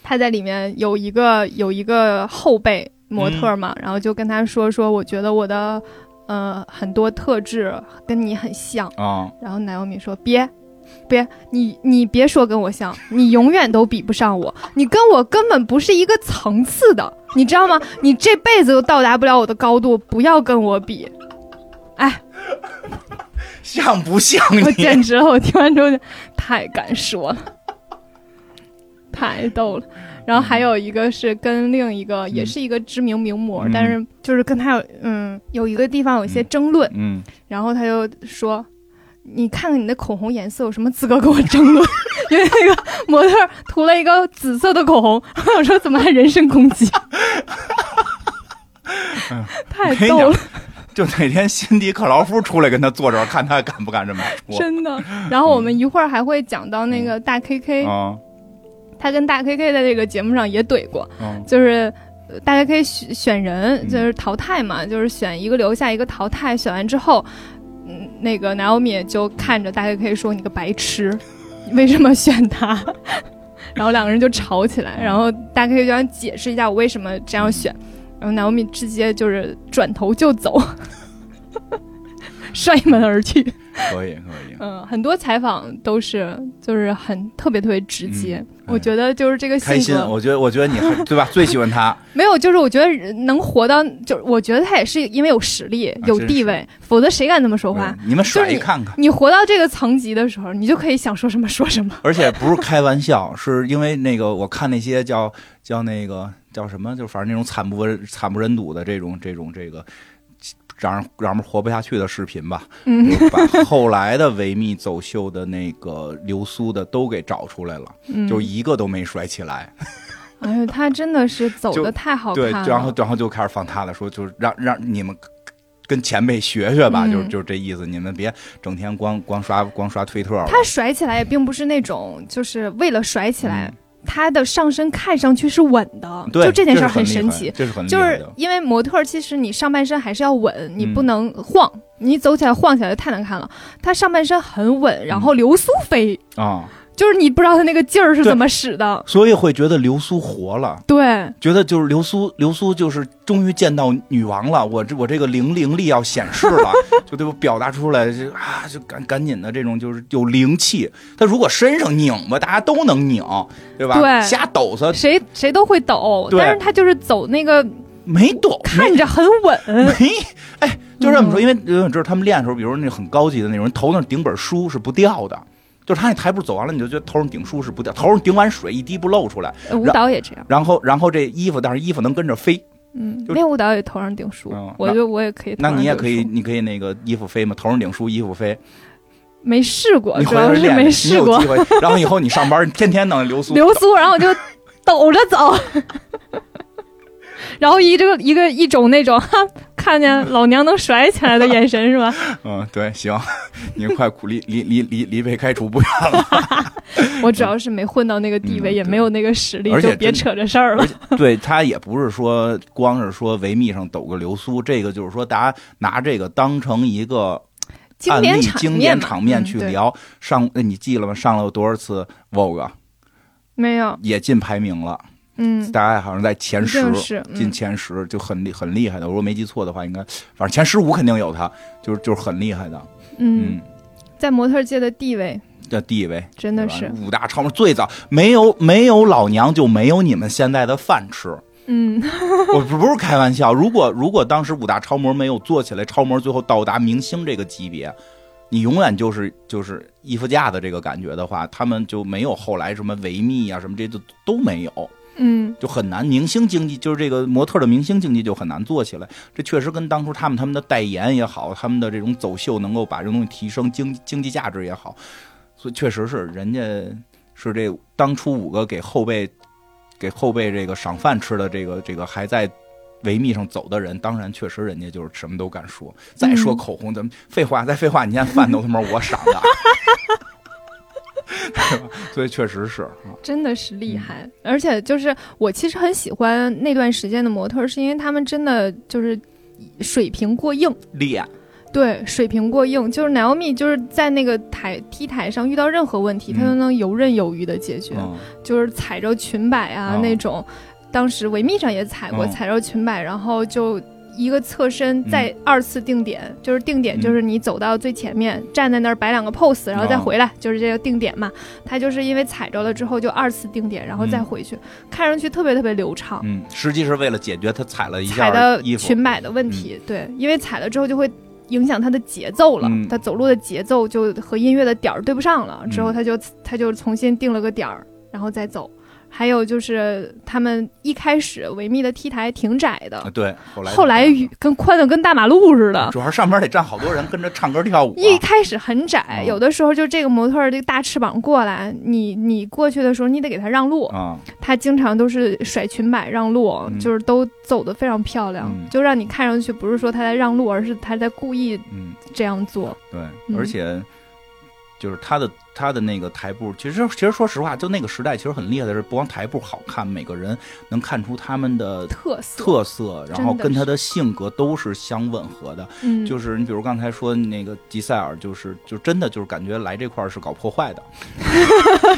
A: 他在里面有一个有一个后辈模特儿嘛，
B: 嗯
A: 然后就跟他说说，我觉得我的呃很多特质跟你很像。
B: 啊
A: 然后奶油米说：“别， 别，你你别说跟我像，你永远都比不上我，你跟我根本不是一个层次的，你知道吗？你这辈子都到达不了我的高度，不要跟我 比。”哎，
B: 像不像
A: 我
B: 你？
A: 简直了！我听完之后就太敢说了， 太逗了。然后还有一个是跟另一个，也是一个知名名模，
B: 嗯
A: 但是就是跟他有嗯有一个地方有一些争论，
B: 嗯，
A: 然后他就说：“你看看你的口红颜色，有什么资格跟我争论？” 因为那个模特儿涂了一个紫色的口红， 我说怎么还人身攻 击？太
B: 我跟你
A: 逗
B: 讲
A: 了，
B: 就哪天辛迪克劳夫出来跟他坐这儿，看他敢不敢这么说。
A: 真的。然后我
B: 嗯
A: 们一会儿还会讲到那个大 KK，、
B: 啊
A: 他跟大 KK 在这个节目上也怼过，
B: 嗯
A: 就是呃大家可以选选人，
B: 嗯
A: 就是淘汰嘛，就是选一个留下，一个淘汰。选完之后，嗯，那个 Naomi 就看着大家可以说：“你个白痴，你为什么选他？” 然后两个人就吵起
B: 嗯
A: 来，然后大家可以就想解释一下我为什么这样选，然后 Naomi 直接就是转头就走， 摔门而去。
B: 可以可以，
A: 嗯，很多采访都是就是很特别特别直接，
B: 嗯
A: 我觉得就是这个性格。
B: 开心。啊我觉得我觉得你还对吧？最喜 欢他，
A: 没有，就是我觉得人能活到，就是我觉得他也是因为有实力、有地位，否则谁敢这么说话？
B: 啊嗯你们甩一看看。
A: 你活到这个层级的时候，你就可以想说什么说什么。
B: 而且不是开玩笑，是因为那个我看那些叫叫那个叫什么，就反正那种惨不忍惨不忍睹的这种这种这个。让人让人活不下去的视频吧，
A: 嗯，
B: 把后来的维密走秀的那个流苏的都给找出来了，
A: 嗯
B: 就一个都没甩起来。
A: 哎呦，他真的是走
B: 就
A: 的太好
B: 对，
A: 看啊了。
B: 然后然后就开始放他了，说就是让让你们跟前辈学学吧，
A: 嗯
B: 就是就是这意思，你们别整天光光刷光刷推特了。
A: 他甩起来也并不是那种就是为了甩起来，他的上身看上去是稳的，
B: 嗯对，
A: 就这件事儿
B: 很
A: 很
B: 厉害
A: 神奇。
B: 这是很厉
A: 就
B: 害
A: 是
B: 的。
A: 因为模特儿其实你上半身还是要稳，你
B: 嗯
A: 不能晃，你走起来晃起来就太难看了。他上半身很稳，然后
B: 嗯
A: 流苏飞，
B: 啊、
A: 就是你不知道他那个劲儿是怎么使的。
B: 所以会觉得流苏活了，
A: 对，
B: 觉得就是流苏，流苏就是终于见到女王了，我这我这个灵灵力要显 示了，就对我表达出来，就啊就赶赶紧的这种就是有灵气。他如果身上拧吧，大家都能拧，对吧？
A: 对
B: 瞎抖撒
A: 谁谁都会抖，
B: 对
A: 但是他就是走那个
B: 没抖，没
A: 看着很 稳， 呃
B: 没，哎，就这么说，因为你知道他们练的时候，比如那很高级的那种人，头上顶本书是不掉的，就是他那台步走完了，你就觉得头上顶书是不掉，头上顶完水一滴不漏出来，
A: 呃舞蹈也这样。
B: 然后然后这衣服，但是衣服能跟着飞，
A: 嗯，
B: 就
A: 练舞蹈也头上顶书
B: 嗯，
A: 我就我也可以头
B: 那
A: 上顶书。
B: 你也可以，你可以那个衣服飞嘛，头上顶书，衣服飞，
A: 没试过，
B: 你
A: 主
B: 回头
A: 要是
B: 练
A: 没
B: 练，你
A: 试
B: 有
A: 过
B: 机会。然后以后你上班，天天弄流苏，
A: 流苏，然后我就抖着走， 然后一这个一个一种那种 哈看见老娘能甩起来的眼神 是吧？
B: 嗯，对，行，你快苦离离离离离被开 除不远了。
A: 我主要是没混到那个地
B: 嗯
A: 位，
B: 对
A: 也没有那个实力
B: 而，且
A: 就别
B: 真
A: 扯这事儿了
B: 而。且对他也不是说光是说维密上抖个流苏，这个就是说大家拿这个当成一个
A: 经
B: 案
A: 典
B: 例、
A: 场
B: 经
A: 面
B: 典
A: 嘛
B: 场面
A: 嗯
B: 去
A: 对
B: 聊。呃上，那你记了吗？上了有多少次 Vogue
A: 没有？
B: 啊也进排名了，
A: 嗯，
B: 大概好像在前
A: 一
B: 十
A: 定是，嗯
B: 进前十就很厉很厉害的。我如果没记错的话，应该反正前十五肯定有他，就是就是很厉害的，
A: 嗯
B: 嗯，，
A: 在模特界的地位
B: 的地位
A: 真的
B: 对吧
A: 是，
B: 五大超模最早没有没有老娘就没有你们现在的饭吃，
A: 嗯，
B: 我不不是开玩笑。如果如果当时五大超模没有做起来，超模最后到达明星这个级别，你永远就是就是衣服架的这个感觉的话，他们就没有后来什么维密啊什么这就都没有。
A: 嗯，
B: 就很难，明星经济就是这个模特的明星经济就很难做起来。这确实跟当初他们他们的代言也好，他们的这种走秀能够把这种东西提升经经济价值也好，所以确实是人家是这当初五个给后辈给后辈这个赏饭吃的这个这个还在。维密上走的人，当然确实人家就是什么都敢说。再说口红，咱们废话，再废话，你现在饭都他妈我赏的，对吧？所以确实是啊，
A: 真的是厉害。
B: 嗯
A: 而且就是我其实很喜欢那段时间的模特，是因为他们真的就是水平过硬。
B: 练
A: 对，水平过硬，就是 Naomi 就是在那个台 T 台上遇到任何问题，她
B: 嗯
A: 都能游刃有余的解决，
B: 嗯
A: 就是踩着裙摆啊、
B: 哦
A: 那种，当时维密上也踩过，
B: 嗯
A: 踩着裙摆，然后就一个侧身再二次定点，就是定点
B: 嗯
A: 就是你走到最前面，站在那儿摆两个 pose，然后再
B: 哦
A: 回来，就是这个定点嘛。她就是因为踩着了之后就二次定点，然后再
B: 嗯
A: 回去，看上去特别特别流畅。
B: 嗯，实际是为了解决他踩了一
A: 踩
B: 下
A: 的
B: 衣服，嗯
A: 裙摆的问题，对，因为踩了之后就会影响他的节奏了，
B: 嗯
A: 他走路的节奏就和音乐的点儿对不上了，之后
B: 嗯
A: 他就他就重新定了个点儿，然后再走。还有就是他们一开始维密的 T 台挺窄
B: 啊
A: 的，
B: 对，后来
A: 后来跟宽的跟大马路似的。
B: 主要是上边得站好多人跟着唱歌跳舞、
A: 一
B: 啊，
A: 开始很窄，
B: 哦
A: 有的时候就这个模特儿这个大翅膀过来，你你过去的时候你得给他让路，
B: 啊，
A: 她经常都是甩裙摆让路，
B: 嗯
A: 就是都走得非常漂亮，
B: 嗯
A: 就让你看上去不是说她在让路，而是她在故意
B: 嗯，
A: 这样做。
B: 对，
A: 嗯
B: 而且就是他的他的那个台步，其实其实说实话，就那个时代其实很厉害的是，不光台步好看，每个人能看出他们的
A: 特色，
B: 特色，然后
A: 真的
B: 跟他
A: 是
B: 的性格都是相吻合的。
A: 嗯，
B: 就是你比如刚才说那个吉塞尔，就是就真的就是感觉来这块儿是搞 破坏的，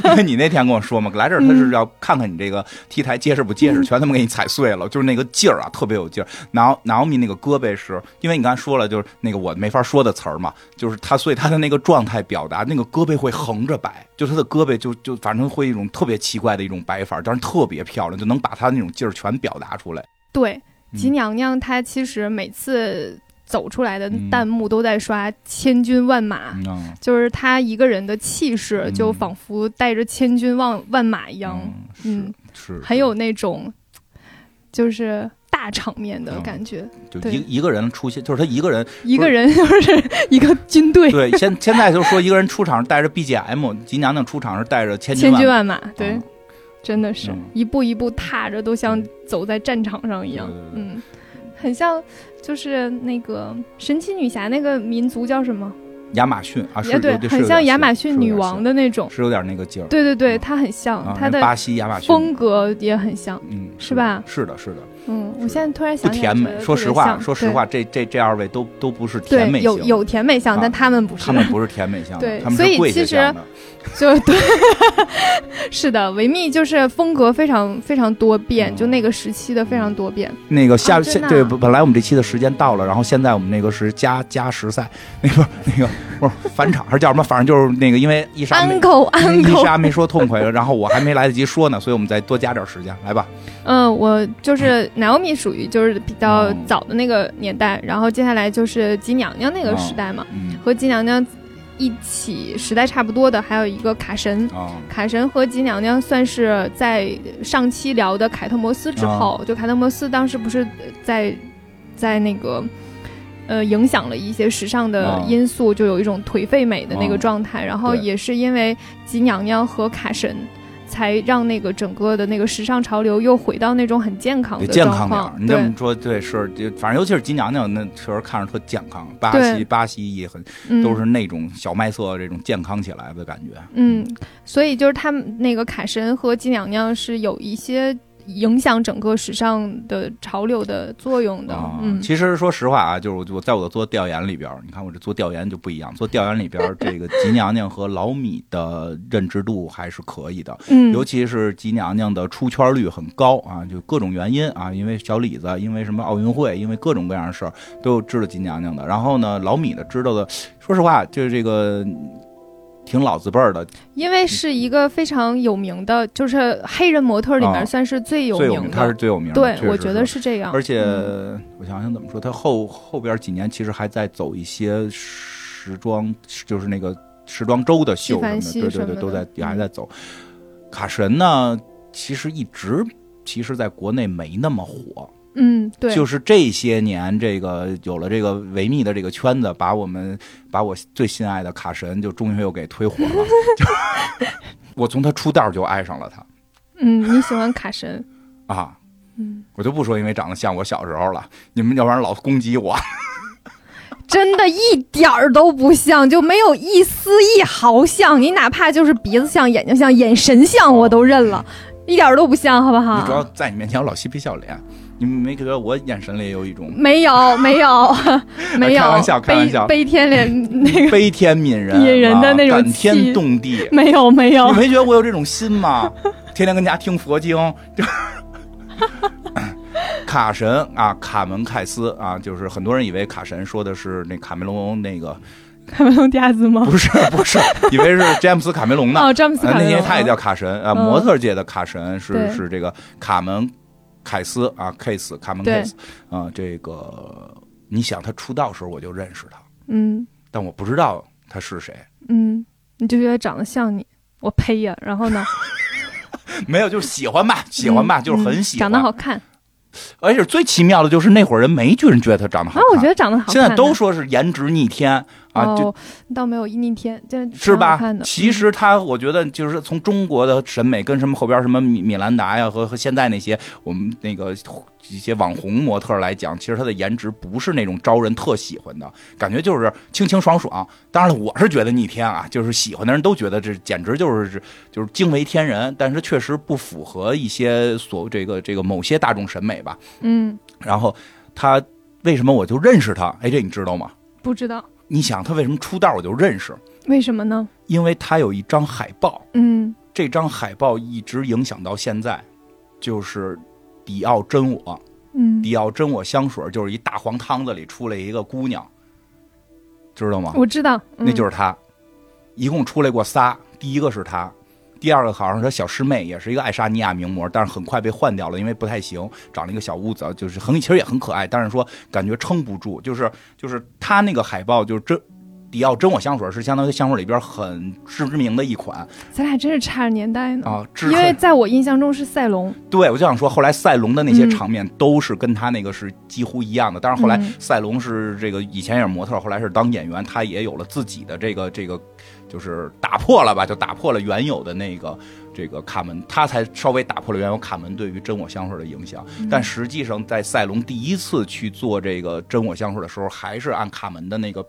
B: 因为你那天跟我说嘛，来这儿他
A: 嗯
B: 是要看看你这个 T 台结实不结实，全他妈给你踩碎了，就是那个劲儿啊，特别有劲儿。拿拿奥米那个胳膊是因为你刚才说了，就是那个我没法说的词儿嘛，就是他，所以他的那个状态表达，那个胳膊会横着摆，就他的胳膊就就反正会一种特别奇怪的一种摆法，但是特别漂亮，就能把他那种劲儿全表达出来。
A: 对
B: 嗯
A: 吉娘娘，她其实每次走出来的
B: 嗯
A: 弹幕都在刷千军万马。
B: 嗯，
A: 就是她一个人的气势，
B: 嗯
A: 就仿佛带着千军万万马一样，嗯
B: 是是，
A: 很有那种就是大场面的感觉。
B: 就
A: 对
B: 一一个人出现，嗯就是他一个人
A: 一个人就是一个军队，
B: 对，现 现在就说一个人出场是带着 BGM，吉娘娘出场是带着千
A: 千
B: 万
A: 军
B: 马
A: 万马，对，
B: 嗯
A: 真的是、
B: 嗯
A: 一步一步踏着，都像走在战场上一样。
B: 对对对
A: 嗯，很像就是那个神奇女侠那个民族叫什么？
B: 亚马逊啊，是
A: 也对
B: 有，是有
A: 很
B: 点
A: 像亚马逊女王
B: 的，
A: 的那种。
B: 是有点那个劲儿。
A: 对对对，
B: 嗯
A: 她很像，
B: 啊，
A: 她的
B: 巴西亚马逊
A: 风，格也很像。
B: 嗯，
A: 是吧
B: 是的，是的，
A: 嗯，
B: 是
A: 我现在突然
B: 不
A: 想起来，
B: 甜美。说实话，说实
A: 对
B: 话，，这这这二位都都不是甜
A: 对，
B: 美
A: 有
B: 型
A: 有。甜美像，
B: 啊
A: 但他们不是
B: 他。们不是甜美型
A: 对
B: 的，他们
A: 所以
B: 是贵
A: 其
B: 些
A: 实
B: 型的。
A: 就 对，是的，维密就是风格非常非常多变，
B: 嗯
A: 就那个时期的非常多变。
B: 那个
A: 啊
B: 下
A: 真
B: 下
A: 的啊
B: 对，本本来我们这期的时间到了，然后现在我们那个是加加时赛，那个那个不是返场还是叫什么？反正就是那个，因为伊莎没
A: uncle
B: 伊
A: uncle，
B: 莎没说痛快，然后我还没来得及说呢，所以我们再多加点时间，来吧。
A: 嗯，我就是 Naomi 属于就是比较
B: 哦
A: 早的那个年代，然后接下来就是吉娘娘那个时代嘛，
B: 嗯
A: 和吉娘娘一起时代差不多的还有一个卡神。
B: 啊，
A: 卡神和吉娘娘算是在上期聊的凯特摩斯之
B: 啊
A: 后，就凯特摩斯当时不是在在那个呃影响了一些时尚的
B: 哦
A: 因素，就有一种颓废美的那个
B: 哦
A: 状态，然后
B: 对
A: 也是因为吉娘娘和卡神。才让那个整个的那个时尚潮流又回到那种很健康
B: 得
A: 的
B: 健
A: 状
B: 康点儿。
A: 况，
B: 你这
A: 对
B: 么，说对是，就反正尤其是金娘娘，那确实看着特健康。巴
A: 对
B: 西巴西也很
A: 嗯
B: 都是那种小麦色这种健康起来的感觉。
A: 嗯，所以就是他们那个卡神和金娘娘是有一些影响整个时尚的潮流的作用的。
B: 啊、
A: 嗯，
B: 其实说实话啊，就是我在我的做调研里边儿，你看我这做调研就不一样，做调研里边儿这个吉娘娘和老米的认知度还是可以的，
A: 嗯，
B: 尤其是吉娘娘的出圈率很高啊，就各种原因啊，因为小李子，因为什么奥运会，因为各种各样的事儿都知道吉娘娘的。然后呢，老米的知道的，说实话就是这个挺老字辈儿的，
A: 因为是一个非常有名的，就是黑人模特里
B: 啊
A: 面算是最有
B: 最有
A: 名
B: 他是
A: 的。
B: 最有名的，
A: 对，
B: 确实
A: 我觉得
B: 是
A: 是这样。
B: 而且、
A: 嗯
B: 我想想怎么说，他后后边几年其实还在走一些时装，就是那个时装周的
A: 纪
B: 秀什么
A: 梵
B: 的，
A: 希
B: 对
A: 什
B: 对
A: 么
B: 对，
A: 的
B: 都在也还
A: 嗯
B: 在走。卡神呢，其实一直其实在国内没那么火，
A: 嗯，对，
B: 就是这些年这个有了这个维密的这个圈子，把我们把我最心爱的卡神就终于又给推火了。 就我从他出道就爱上了他
A: 嗯，你喜欢卡神，
B: 啊。
A: 嗯，
B: 我就不说，因为长得像我小时候了，你们要不然老攻击我。
A: 真的一点儿都不像，就没有一丝一毫像。你哪怕就是鼻子像、眼睛像、眼神像，我都认了，一点儿都不像，好不
B: 你主
A: 好？
B: 要在你面前我老嬉皮笑脸，你没觉得我眼神里也有一种
A: 没有，没有， 没有，
B: 开玩笑开玩笑
A: 悲悲天脸 那个
B: 悲天悯人、
A: 悯人的那种
B: 啊感天
A: 气
B: 动地？
A: 没有，没有
B: 你， 没觉得我有这种心吗？ 天天跟家听佛经， 就是卡神啊，卡门凯斯啊，就是很多人以为卡神说的是那卡梅隆那个，
A: 卡梅隆迪亚兹吗？
B: 不是不是，以为是詹姆斯卡梅 隆呢。
A: 哦，詹姆斯
B: 呃
A: 卡
B: 那
A: 梅
B: 些
A: 隆，
B: 他也叫卡神啊，
A: 嗯
B: 模特界的卡神是
A: 对
B: 是这个卡门凯斯啊，Case 卡门
A: 对
B: Case 啊，这个你想他出道时候我就认识他，
A: 嗯
B: 但我不知道他是谁，
A: 嗯，你就觉得长得像你，我呸呀！然后呢，
B: 没有就是喜欢吧， 喜欢吧，
A: 嗯
B: 就是很喜欢，
A: 长得好，看啊
B: 而且最奇妙的就是那会儿人没觉人觉得他长得好
A: 啊，我觉
B: 看，
A: 得长得好看
B: 现
A: 的，
B: 在都说是颜值逆天啊，就
A: 哦，倒没有一逆天，真的
B: 是
A: 挺好
B: 吧
A: 看的？嗯
B: 其实他，我觉得就是从中国的审美跟什么后边什么米米兰达呀，和和现在那些我们那个一些网红模特来讲，其实他的颜值不是那种招人特喜欢的感觉，就是清清爽爽。当然了，我是觉得逆天啊，就是喜欢的人都觉得这简直就是就是惊为天人，但是确实不符合一些所这个这个某些大众审美吧。
A: 嗯，
B: 然后他为什么我就认识他？哎，这你知道吗？
A: 嗯，不知道
B: 你想他为什么出道我就认识？
A: 为什么呢？
B: 因为他有一张海报。
A: 嗯，
B: 这张海报一直影响到现在，就是迪奥真我，
A: 嗯，
B: 迪奥真我香水就是一大黄汤子里出来一个姑娘，知道吗？
A: 我知道，嗯、
B: 那就是她，一共出来过仨，第一个是她。第二个好像是她小师妹，也是一个爱沙尼亚名模，但是很快被换掉了，因为不太行，长了一个小痦子，就是很其实也很可爱，但是说感觉撑不住，就是就是她那个海报就是真迪奥真我香水是相当于香水里边很知名的一款
A: 咱俩真是差着年代呢。
B: 啊，知
A: 因为在我印象中是赛龙，
B: 对，我就想说，后来赛龙的那些
A: 嗯
B: 场面都是跟他那个是几乎一样的。当然，后来
A: 嗯
B: 赛龙是这个以前也是模特，后来是当演员，他也有了自己的这个这个，就是打破了吧，就打破了原有的那个这个卡门，他才稍微打破了原有卡门对于真我香水的影响。
A: 嗯
B: 但实际上，在赛龙第一次去做这个真我香水的时候，还是按卡门的那个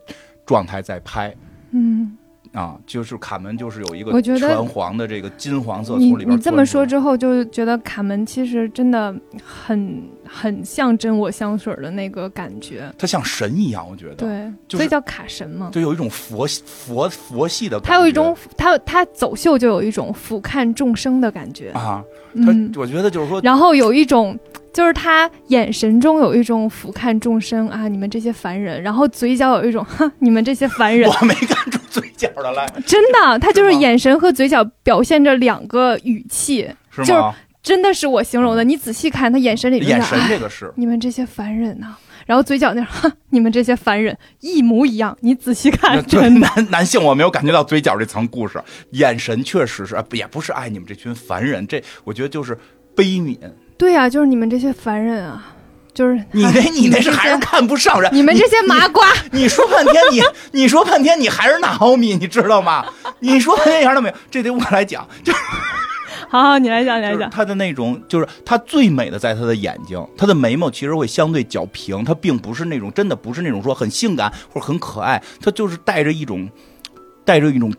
B: 状态在拍。
A: 嗯，
B: 啊，就是卡门，就是有一个
A: 我觉得
B: 全黄的这个金黄色
A: 你
B: 从里边
A: 你这
B: 钻
A: 么
B: 出来
A: 说之后，就觉得卡门其实真的很很像真我香水的那个感觉，
B: 它像神一样，我觉得。
A: 对，
B: 就是
A: 所以叫卡神嘛。
B: 就有一种佛系佛佛系的感觉，
A: 他有一种他他走秀就有一种俯瞰众生的感觉，
B: 啊，他
A: 嗯，
B: 我觉得就是说，
A: 然后有一种就是他眼神中有一种俯瞰众生啊，你们这些凡人，然后嘴角有一种哼，你们这些凡人，
B: 我没看出嘴角的来，
A: 真 的，他就是
B: 是吗
A: 眼神和嘴角表现着两个语气，
B: 是
A: 就是
B: 吗？
A: 真的是我形容的。你仔细看他眼神里面
B: 嗯眼
A: 的，
B: 神
A: 哎
B: 这个是，
A: 你们这些凡人呐、然后嘴角那儿， 哼，你们这些凡人一模一样。你仔细看，
B: 对
A: 真的，
B: 男男性我没有感觉到嘴角这层故事，眼神确实是，啊不也不是爱你们这群凡人，这我觉得就是悲悯。
A: 对呀、就是你们这些凡人啊，就是
B: 你
A: 哎
B: 那你那是
A: 这
B: 还是
A: 些
B: 看不上人，
A: 你们这 些麻 瓜，
B: 你说半天你你说半天你还是纳奥米，你知道吗？你说半天一点都没有，这得我来讲，就
A: 好好，你来讲，你来
B: 就是
A: 讲，
B: 她的那种，就是她最美的在她的眼睛，她的眉毛其实会相对较平，她并不是那种真的不是那种说很性感或者很可爱，她就是带着一种带着一种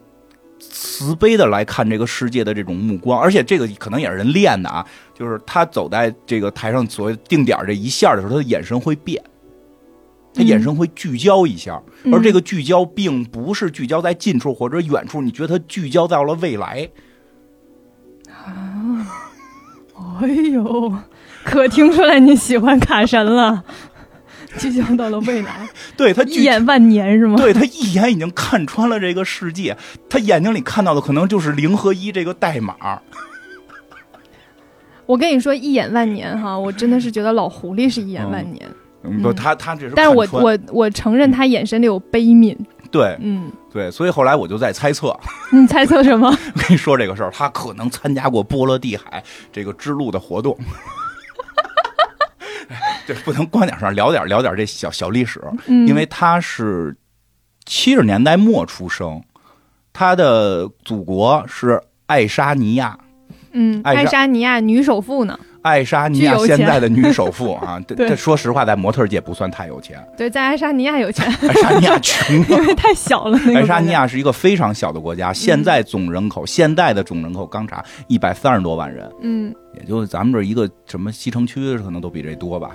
B: 慈悲的来看这个世界的这种目光，而且这个可能也是人练的啊，就是他走在这个台上所谓定点这一下的时候，他的眼神会变，他眼神会聚焦一下，
A: 嗯
B: 而这个聚焦并不是聚焦在近处或者远处，你觉得他聚焦到了未来，
A: 哎呦，可听出来你喜欢卡神了， 聚焦到了未 来，
B: 对他
A: 一
B: 聚
A: 眼万年是 吗？
B: 对他一眼已经看穿了这个世界，他眼睛里看到的可能就是零和一这个代码。
A: 我跟你说，一眼万年哈，我真的是觉得老狐狸是一眼万年，
B: 嗯不，他他这是看
A: 但是
B: 穿，
A: 我我我承认他眼神里有悲悯，
B: 对
A: 嗯，
B: 对，所以后来我就在猜测，
A: 你猜测什么？
B: 我跟你说这个事儿，他可能参加过波罗的海这个之路的活动。 哎这不能光讲事儿，聊点聊点这小小历史，
A: 嗯，
B: 因为他是七十年代末出生，他的祖国是爱沙尼亚。
A: 嗯，
B: 爱
A: 爱
B: 莎
A: 沙尼亚女首富呢，
B: 爱沙尼亚
A: 巨有
B: 现
A: 钱
B: 在的女首富 啊，这
A: 对
B: 这说实话，在模特界不算太 有钱。
A: 对，在爱沙尼亚有 钱，
B: 爱沙尼亚穷
A: 因
B: 啊，
A: 为太小了。 那个嗯
B: 爱沙尼
A: 国家，
B: 亚是一个非常小的国家，现在总人口，现在的总人口刚查一百三十多万人，
A: 嗯，
B: 也就咱们这一个什么西城区可能都比这多 吧，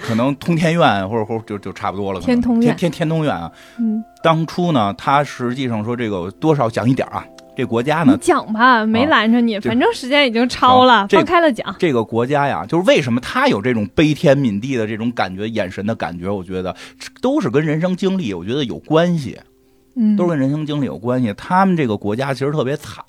B: 可能通天院或者或者就就差不多了。可能
A: 天通苑
B: 天天天通苑啊，
A: 嗯，
B: 当初呢，他实际上说这个多少讲一点啊，这国家呢
A: 你讲吧，没拦着你，
B: 啊这啊
A: 反正时间已经超了，
B: 这
A: 放开了讲。
B: 这个国家呀，就是为什么他有这种悲天悯地的这种感觉、眼神的感觉，我觉得都是跟人生经历，我觉得有关系，
A: 嗯，
B: 都是跟人生经历有关系。他们这个国家其实特别惨，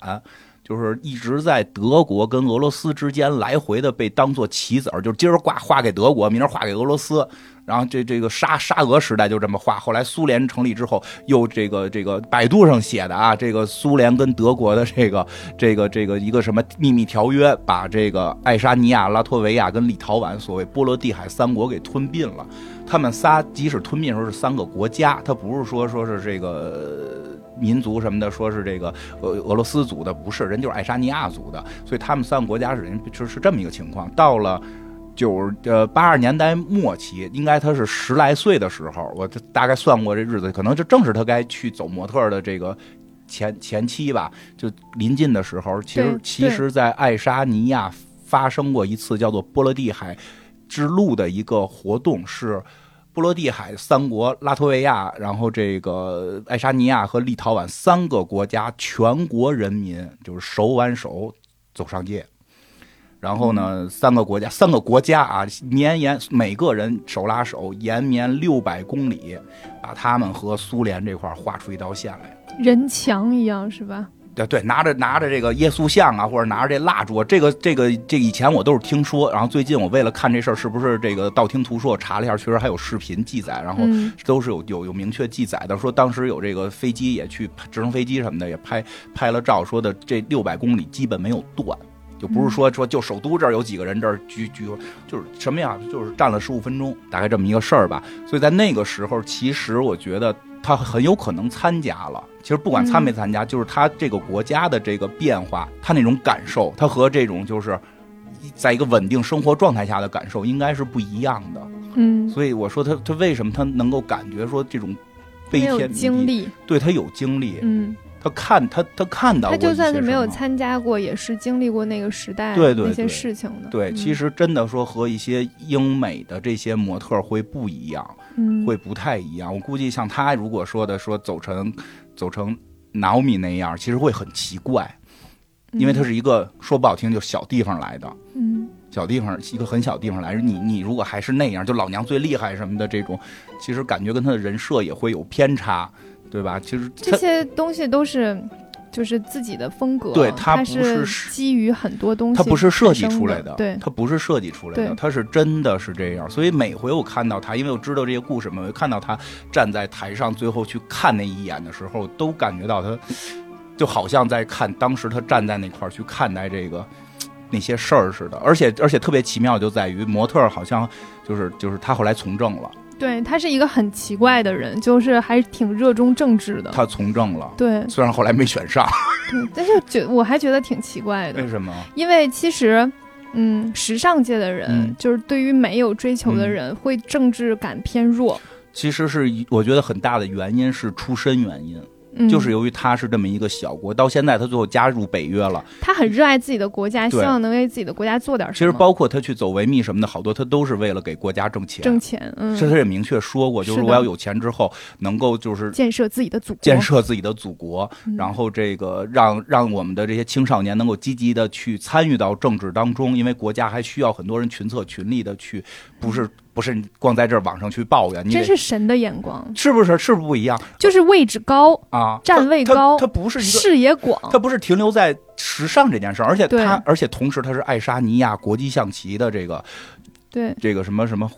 B: 就是一直在德国跟俄罗斯之间来回的被当做棋子儿，就是今儿挂划给德国，明儿划给俄罗斯。然后这这个沙沙俄时代就这么划，后来苏联成立之后，又这个这个百度上写的啊，这个苏联跟德国的这个这个这个一个什么秘密条约，把这个爱沙尼亚、拉脱维亚跟立陶宛所谓波罗的海三国给吞并了。他们仨即使吞并的时候是三个国家，它不是说说是这个呃民族什么的，说是这个俄俄罗斯族的，不是，人就是爱沙尼亚族的，所以他们三个国家是人就是这么一个情况。到了。九呃八十年代末期，应该他是十来岁的时候，我这大概算过这日子，可能这正是他该去走模特儿的这个前前期吧，就临近的时候。其实
A: 对
B: 其实，在爱沙尼亚发生过一次叫做波罗的海之路的一个活动，是波罗的海三国拉脱维亚，然后这个爱沙尼亚和立陶宛三个国家全国人民就是手挽手走上街。然后呢，三个国家，三个国家啊，绵延每个人手拉手，延绵六百公里，把他们和苏联这块儿划出一道线来。
A: 人墙一样是吧？
B: 对对，拿着拿着这个耶稣像啊，或者拿着这蜡烛，这个这个这以前我都是听说，然后最近我为了看这事儿是不是这个道听途说，我查了一下，确实还有视频记载，然后
A: 嗯
B: 都是有有有明确记载的，说当时有这个飞机也去直升飞机什么的也拍拍了照，说的这六百公里基本没有断，就不是说说就首都这儿有几个人这儿聚聚，就是什么呀，就是站了十五分钟，大概这么一个事儿吧。所以在那个时候，其实我觉得他很有可能参加了。其实不管参没参加，就是他这个国家的这个变化，他那种感受，他和这种就是。在一个稳定生活状态下的感受应该是不一样的，
A: 嗯，
B: 所以我说他他为什么他能够感觉说这种悲
A: 没
B: 天
A: 有
B: 悯地
A: 经，历，
B: 对他有经历，
A: 嗯，
B: 他看他他看到
A: 他
B: 过
A: 就算
B: 一些
A: 是没有
B: 什么
A: 参加过，也是经历过那个时代
B: 对对
A: 那些
B: 对
A: 事情的。
B: 对，
A: 嗯
B: 其实真的说和一些英美的这些模特会不一样，
A: 嗯
B: 会不太一样。我估计像他如果说的说走成走成 Naomi 那样，其实会很奇怪，因为他是一个说不好听就小地方来的，
A: 嗯
B: 小地方一个很小地方来，你你如果还是那样，就老娘最厉害什么的这种，其实感觉跟他的人设也会有偏差，对吧？其实
A: 这
B: 他
A: 些东西都是就是自己的风格，
B: 对
A: 它
B: 它不是
A: 是基于很多东西产
B: 他
A: 生的，
B: 不是设计出来的，
A: 对，
B: 他不是设计出来的，
A: 对
B: 他是真的是这样。所以每回我看到他，因为我知道这些故事嘛，我看到他站在台上，最后去看那一眼的时候，都感觉到他就好像在看当时他站在那块儿去看待这个。那些事儿似的，而且而且特别奇妙，就在于模特儿好像就是就是他后来从政了，
A: 对他是一个很奇怪的人，就是还是挺热衷政治的，
B: 他从政了，
A: 对
B: 虽然后来没 选上，
A: 对，但是觉我还觉得挺奇怪的
B: 为，什么？
A: 因为其实。嗯，时尚界的人、
B: 嗯
A: 就是对于美有追求的
B: 嗯
A: 人，会政治感偏弱。
B: 其实是一我觉得很大的原因是出身原因，
A: 嗯
B: 就是由于他是这么一个小国，到现在他最后加入北约了。
A: 他很热爱自己的国家，希
B: 对
A: 望能为自己的国家做点
B: 其
A: 什
B: 实
A: 么，
B: 包括他去走维密什么的，好多他都是为了给国家挣钱。
A: 挣钱，嗯，
B: 是他也明确说过，就是
A: 是的
B: 我要有钱之后能够就是
A: 建设自己的祖国，
B: 建设自己的祖国，
A: 嗯
B: 然后这个让让我们的这些青少年能够积极的去参与到政治当中，因为国家还需要很多人群策群力的去，不是不是你光在这儿网上去抱怨，你
A: 真
B: 得
A: 是神的眼光，
B: 是不是是不是不一样
A: 就是位置高，
B: 啊？
A: 站位高
B: 他不是一个。
A: 视野广，
B: 他不是停留在时尚这件事儿，而且
A: 啊对
B: 他，而且同时他是爱沙尼亚国际象棋的这个
A: 对，
B: 这个什么什么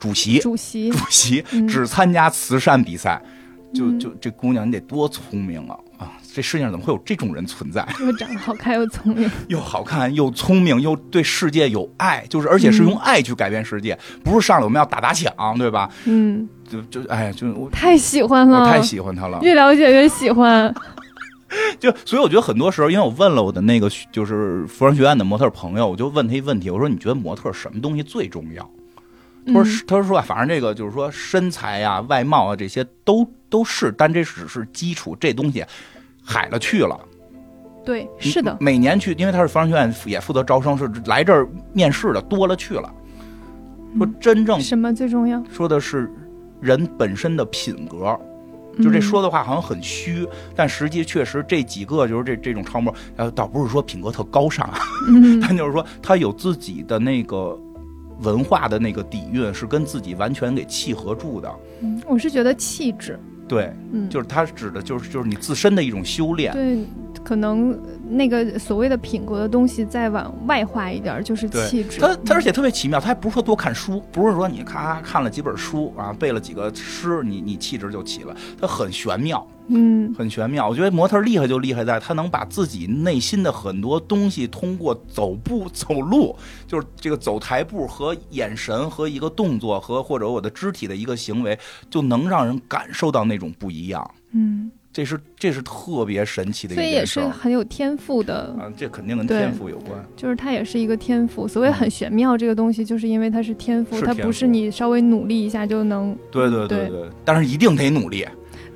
B: 主席，主
A: 主席，
B: 席
A: 嗯
B: 只参加慈善比赛，就
A: 嗯
B: 就这姑娘你得多聪明啊啊！这世界上怎么会有这种人存在？
A: 又长得好看又聪明，
B: 又好看又聪明又对世界有爱，就是而且是
A: 嗯
B: 用爱去改变世界，不是上来我们要打打抢，对吧？
A: 嗯，
B: 就就哎，就我
A: 太喜欢了，
B: 我太喜欢他了。
A: 越了解越喜欢，
B: 就所以我觉得很多时候，因为我问了我的那个就是服装学院的模特朋友，我就问他一问题，我说你觉得模特什么东西最重要？他说
A: 嗯
B: 是，他说啊，反正这个就是说身材呀、外貌啊这些都都是，但这只是基础，这东西海了去了。
A: 对，是的，
B: 每年去，因为他是服装学院也负责招生，是来这儿面试的多了去了。说真正
A: 什么最重要？
B: 说的是人本身的品格，就这
A: 嗯
B: 说的话好像很虚，但实际确实这几个就是这这种超模，呃，倒不是说品格特高尚啊，
A: 嗯，
B: 但就是说他有自己的那个文化的那个底蕴，是跟自己完全给契合住的。
A: 嗯我是觉得气质，
B: 对，
A: 嗯，
B: 就是他指的就是就是你自身的一种修炼。
A: 对，可能那个所谓的品格的东西再往外化一点儿，就是
B: 对
A: 气质。
B: 他他而且特别奇妙，他还不是说多看书，不是说你咔看了几本书啊，背了几个诗，你你气质就起了，他很玄妙。
A: 嗯，
B: 很玄妙。我觉得模特厉害就厉害在，他能把自己内心的很多东西通过走步、走路，就是这个走台步和眼神和一个动作和或者我的肢体的一个行为，就能让人感受到那种不一样。
A: 嗯，
B: 这是这是特别神奇的一
A: 所以也
B: 件
A: 是
B: 事儿。
A: 很有天赋的，
B: 啊，这肯定跟
A: 对
B: 天赋有关。
A: 就是它也是一个天赋。所谓很玄妙这个东西，就是因为它是天赋，
B: 嗯是
A: 它
B: 天
A: 不
B: 赋
A: 是你稍微努力一下就能。
B: 对对
A: 对
B: 对，但是一定得努力，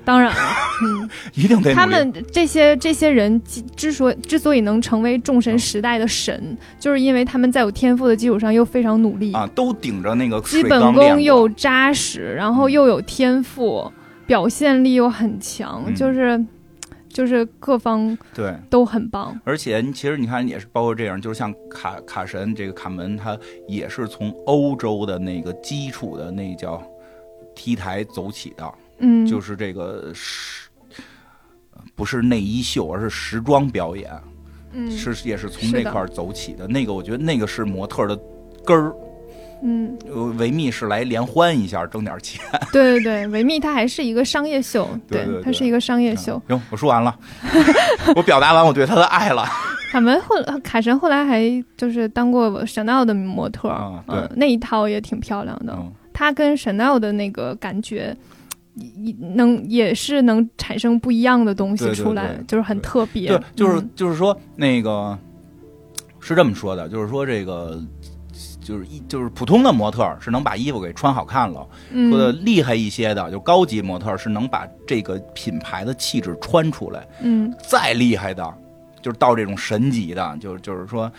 A: 当 然了，嗯，
B: 一定得努力。
A: 他们这些这些人之之所之所以能成为众神时代的神，就是因为他们在有天赋的基础上又非常努力，
B: 啊，都顶着那个
A: 基
B: 水
A: 本
B: 缸练
A: 功
B: 过
A: 又扎实，然后
B: 嗯
A: 又有天赋，表现力又很强，
B: 嗯
A: 就是就是各方
B: 对。
A: 都很棒。
B: 而且你其实你看也是包括这样，就是像卡卡神这个卡门，他也是从欧洲的那个基础的那叫 T 台走起的，
A: 嗯，
B: 就是这个时不是内衣秀，而是时装表演，
A: 嗯
B: 是也是从
A: 是
B: 那
A: 的
B: 块儿走起的。那个我觉得那个是模特的根儿，
A: 嗯，
B: 呃，维密是来联欢一下，挣点钱。
A: 对对对，维密它还是一个商业秀，
B: 对对对嗯
A: 它是一个商业秀。
B: 行，我说完了， 我表达完我对他的爱了。
A: 卡门后卡神后来还就是当过 Chanel 的模特，
B: 啊
A: 嗯、那一套也挺漂亮的。
B: 嗯，
A: 它跟 Chanel 的那个感觉。也能也是能产生不一样的东西
B: 对对
A: 出来，
B: 对
A: 就是很特别。
B: 对，就是
A: 嗯
B: 就是说那个是这么说的，就是说这个。就是一就是普通的模特儿是能把衣服给穿好看了，
A: 嗯、
B: 说的厉害一些的，就高级模特儿是能把这个品牌的气质穿出来。
A: 嗯，
B: 再厉害的，就是到这种神级的，就是就是说，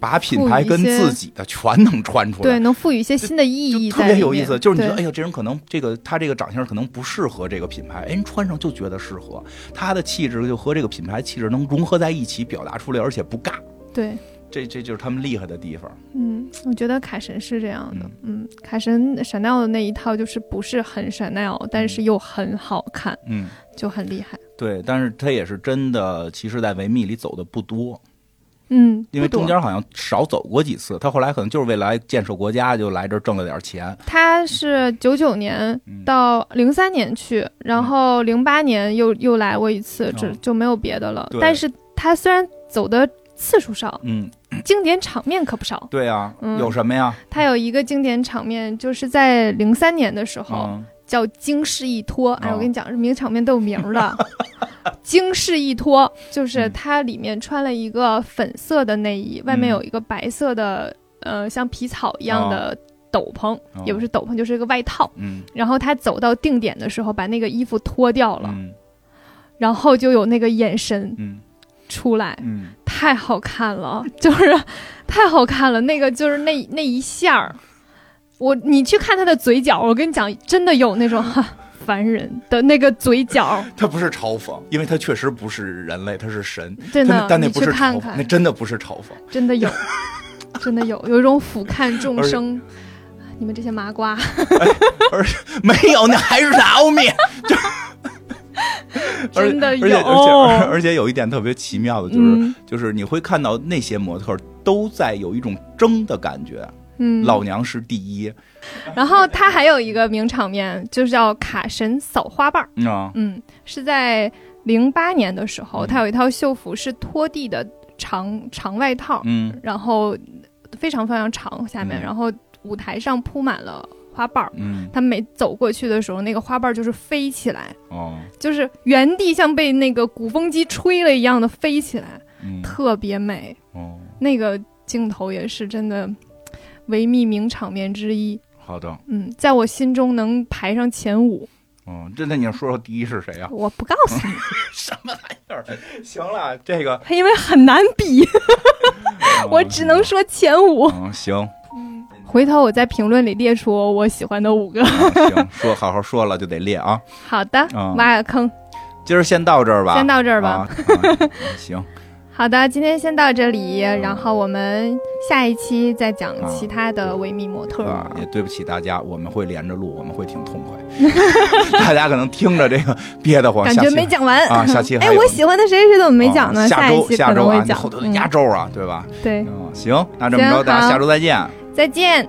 B: 把品
A: 赋予
B: 牌
A: 一
B: 跟
A: 些
B: 自己的全能穿出来。
A: 对，能赋予一些新的意
B: 就
A: 义
B: 特
A: 在
B: 别
A: 里
B: 有意
A: 面
B: 思，就是你觉得，哎
A: 对
B: 呀，这人可能这个他这个长相可能不适合这个品牌，哎，人穿上就觉得适合，他的气质就和这个品牌气质能融合在一起，表达出来，而且不尬，
A: 对，
B: 这这就是他们厉害的地方。
A: 嗯，我觉得卡神是这样的，嗯，卡神 Chanel 的那一套就是不是很 Chanel，但是又很好看，
B: 嗯，
A: 就很厉害，
B: 对，但是他也是真的，其实在维密里走的不多，
A: 嗯，
B: 因为
A: 不多
B: 中间好像少走过几次，他后来可能就是为了来建设国家，就来这儿挣了点钱。
A: 他是九九年
B: 嗯
A: 到零三年去，然后零八年又又来过一次，这
B: 哦
A: 就没有别的了
B: 对。
A: 但是他虽然走的次数少，
B: 嗯，
A: 经典场面可不少。
B: 对啊，
A: 嗯
B: 有什么呀？
A: 他有一个经典场面，就是在零三年的时候，
B: 嗯，
A: 叫惊世一脱。哎，
B: 哦
A: 我跟你讲，这名场面都有名儿的。 惊世一脱
B: 嗯
A: 就是它里面穿了一个粉色的内衣，外面有一个白色的，呃，像皮草一样的斗篷，
B: 哦
A: 也不是斗篷，就是一个外套。
B: 嗯，
A: 然后他走到定点的时候，把那个衣服脱掉了，
B: 嗯，
A: 然后就有那个眼神
B: 嗯
A: 出来，
B: 嗯，
A: 太好看了， 就是太好看了。那个就是那那一下儿，我你去看他的嘴角，我跟你讲，真的有那种 哈烦人的那个嘴 角，
B: 他不是嘲讽，因为他确实不是人类，他是神，
A: 真
B: 他
A: 的
B: 那，但那
A: 你
B: 不
A: 去
B: 是
A: 看
B: 嘲讽，那
A: 看，
B: 真的不是嘲讽。
A: 真的有，真的有，有一种俯瞰众
B: 而且
A: 生。啊你们这些麻瓜，
B: 没有，那还是 Naomi。就是
A: 真的
B: 而且
A: 有
B: 而且而且而且有一点特别奇妙的，就是、
A: 嗯
B: 就是你会看到那些模特儿都在有一种争的感觉，
A: 嗯，
B: 老娘是第一
A: 然后他还有一个名场面，就是叫卡神扫花瓣儿。
B: 嗯啊，
A: 嗯，是在零八年的时候，
B: 嗯
A: 他有一套秀服是拖地的长长外套，
B: 嗯
A: 然后非常非常长，下面、
B: 嗯
A: 然后舞台上铺满了花瓣儿。
B: 嗯
A: 他每走过去的时候，那个花瓣儿就是飞起来，
B: 哦，
A: 就是原地像被那个鼓风机吹了一样的飞起来，
B: 嗯
A: 特别美。
B: 哦，
A: 那个镜头也是真的维密名场面之一。
B: 好的，
A: 嗯，在我心中能排上前五，
B: 嗯，这那你说说第一是谁啊呀、
A: 我不告诉你，
B: 什么玩意儿？ 行了，这个
A: 因为很难比，我只能说前五。
B: 嗯行
A: 回头我在评论里列出我喜欢的五个。
B: 嗯行，说好好说了就得列啊，
A: 好的，
B: 嗯
A: 挖个坑，
B: 今儿先到这儿吧，
A: 先到这
B: 这
A: 儿吧。
B: 啊啊嗯行。
A: 好的，今天先到这里，然后我们下一期再讲其他的维密模特儿
B: 啊，。也对不起大家，我们会连着录，我们会挺痛快。 大家可能听着这个憋得慌，
A: 感
B: 下
A: 觉
B: 期
A: 没讲完
B: 啊 下期还
A: 哎，
B: 有
A: 我喜欢的谁谁谁怎么没讲
B: 啊
A: 呢？
B: 下
A: 一
B: 周
A: 期可能
B: 周啊
A: 会，
B: 你
A: 讲
B: 后头。得
A: 嗯
B: 压轴啊，对吧？
A: 对，
B: 嗯，行，那这么着，
A: 行
B: 大家
A: 好
B: 下周再见。
A: 再见。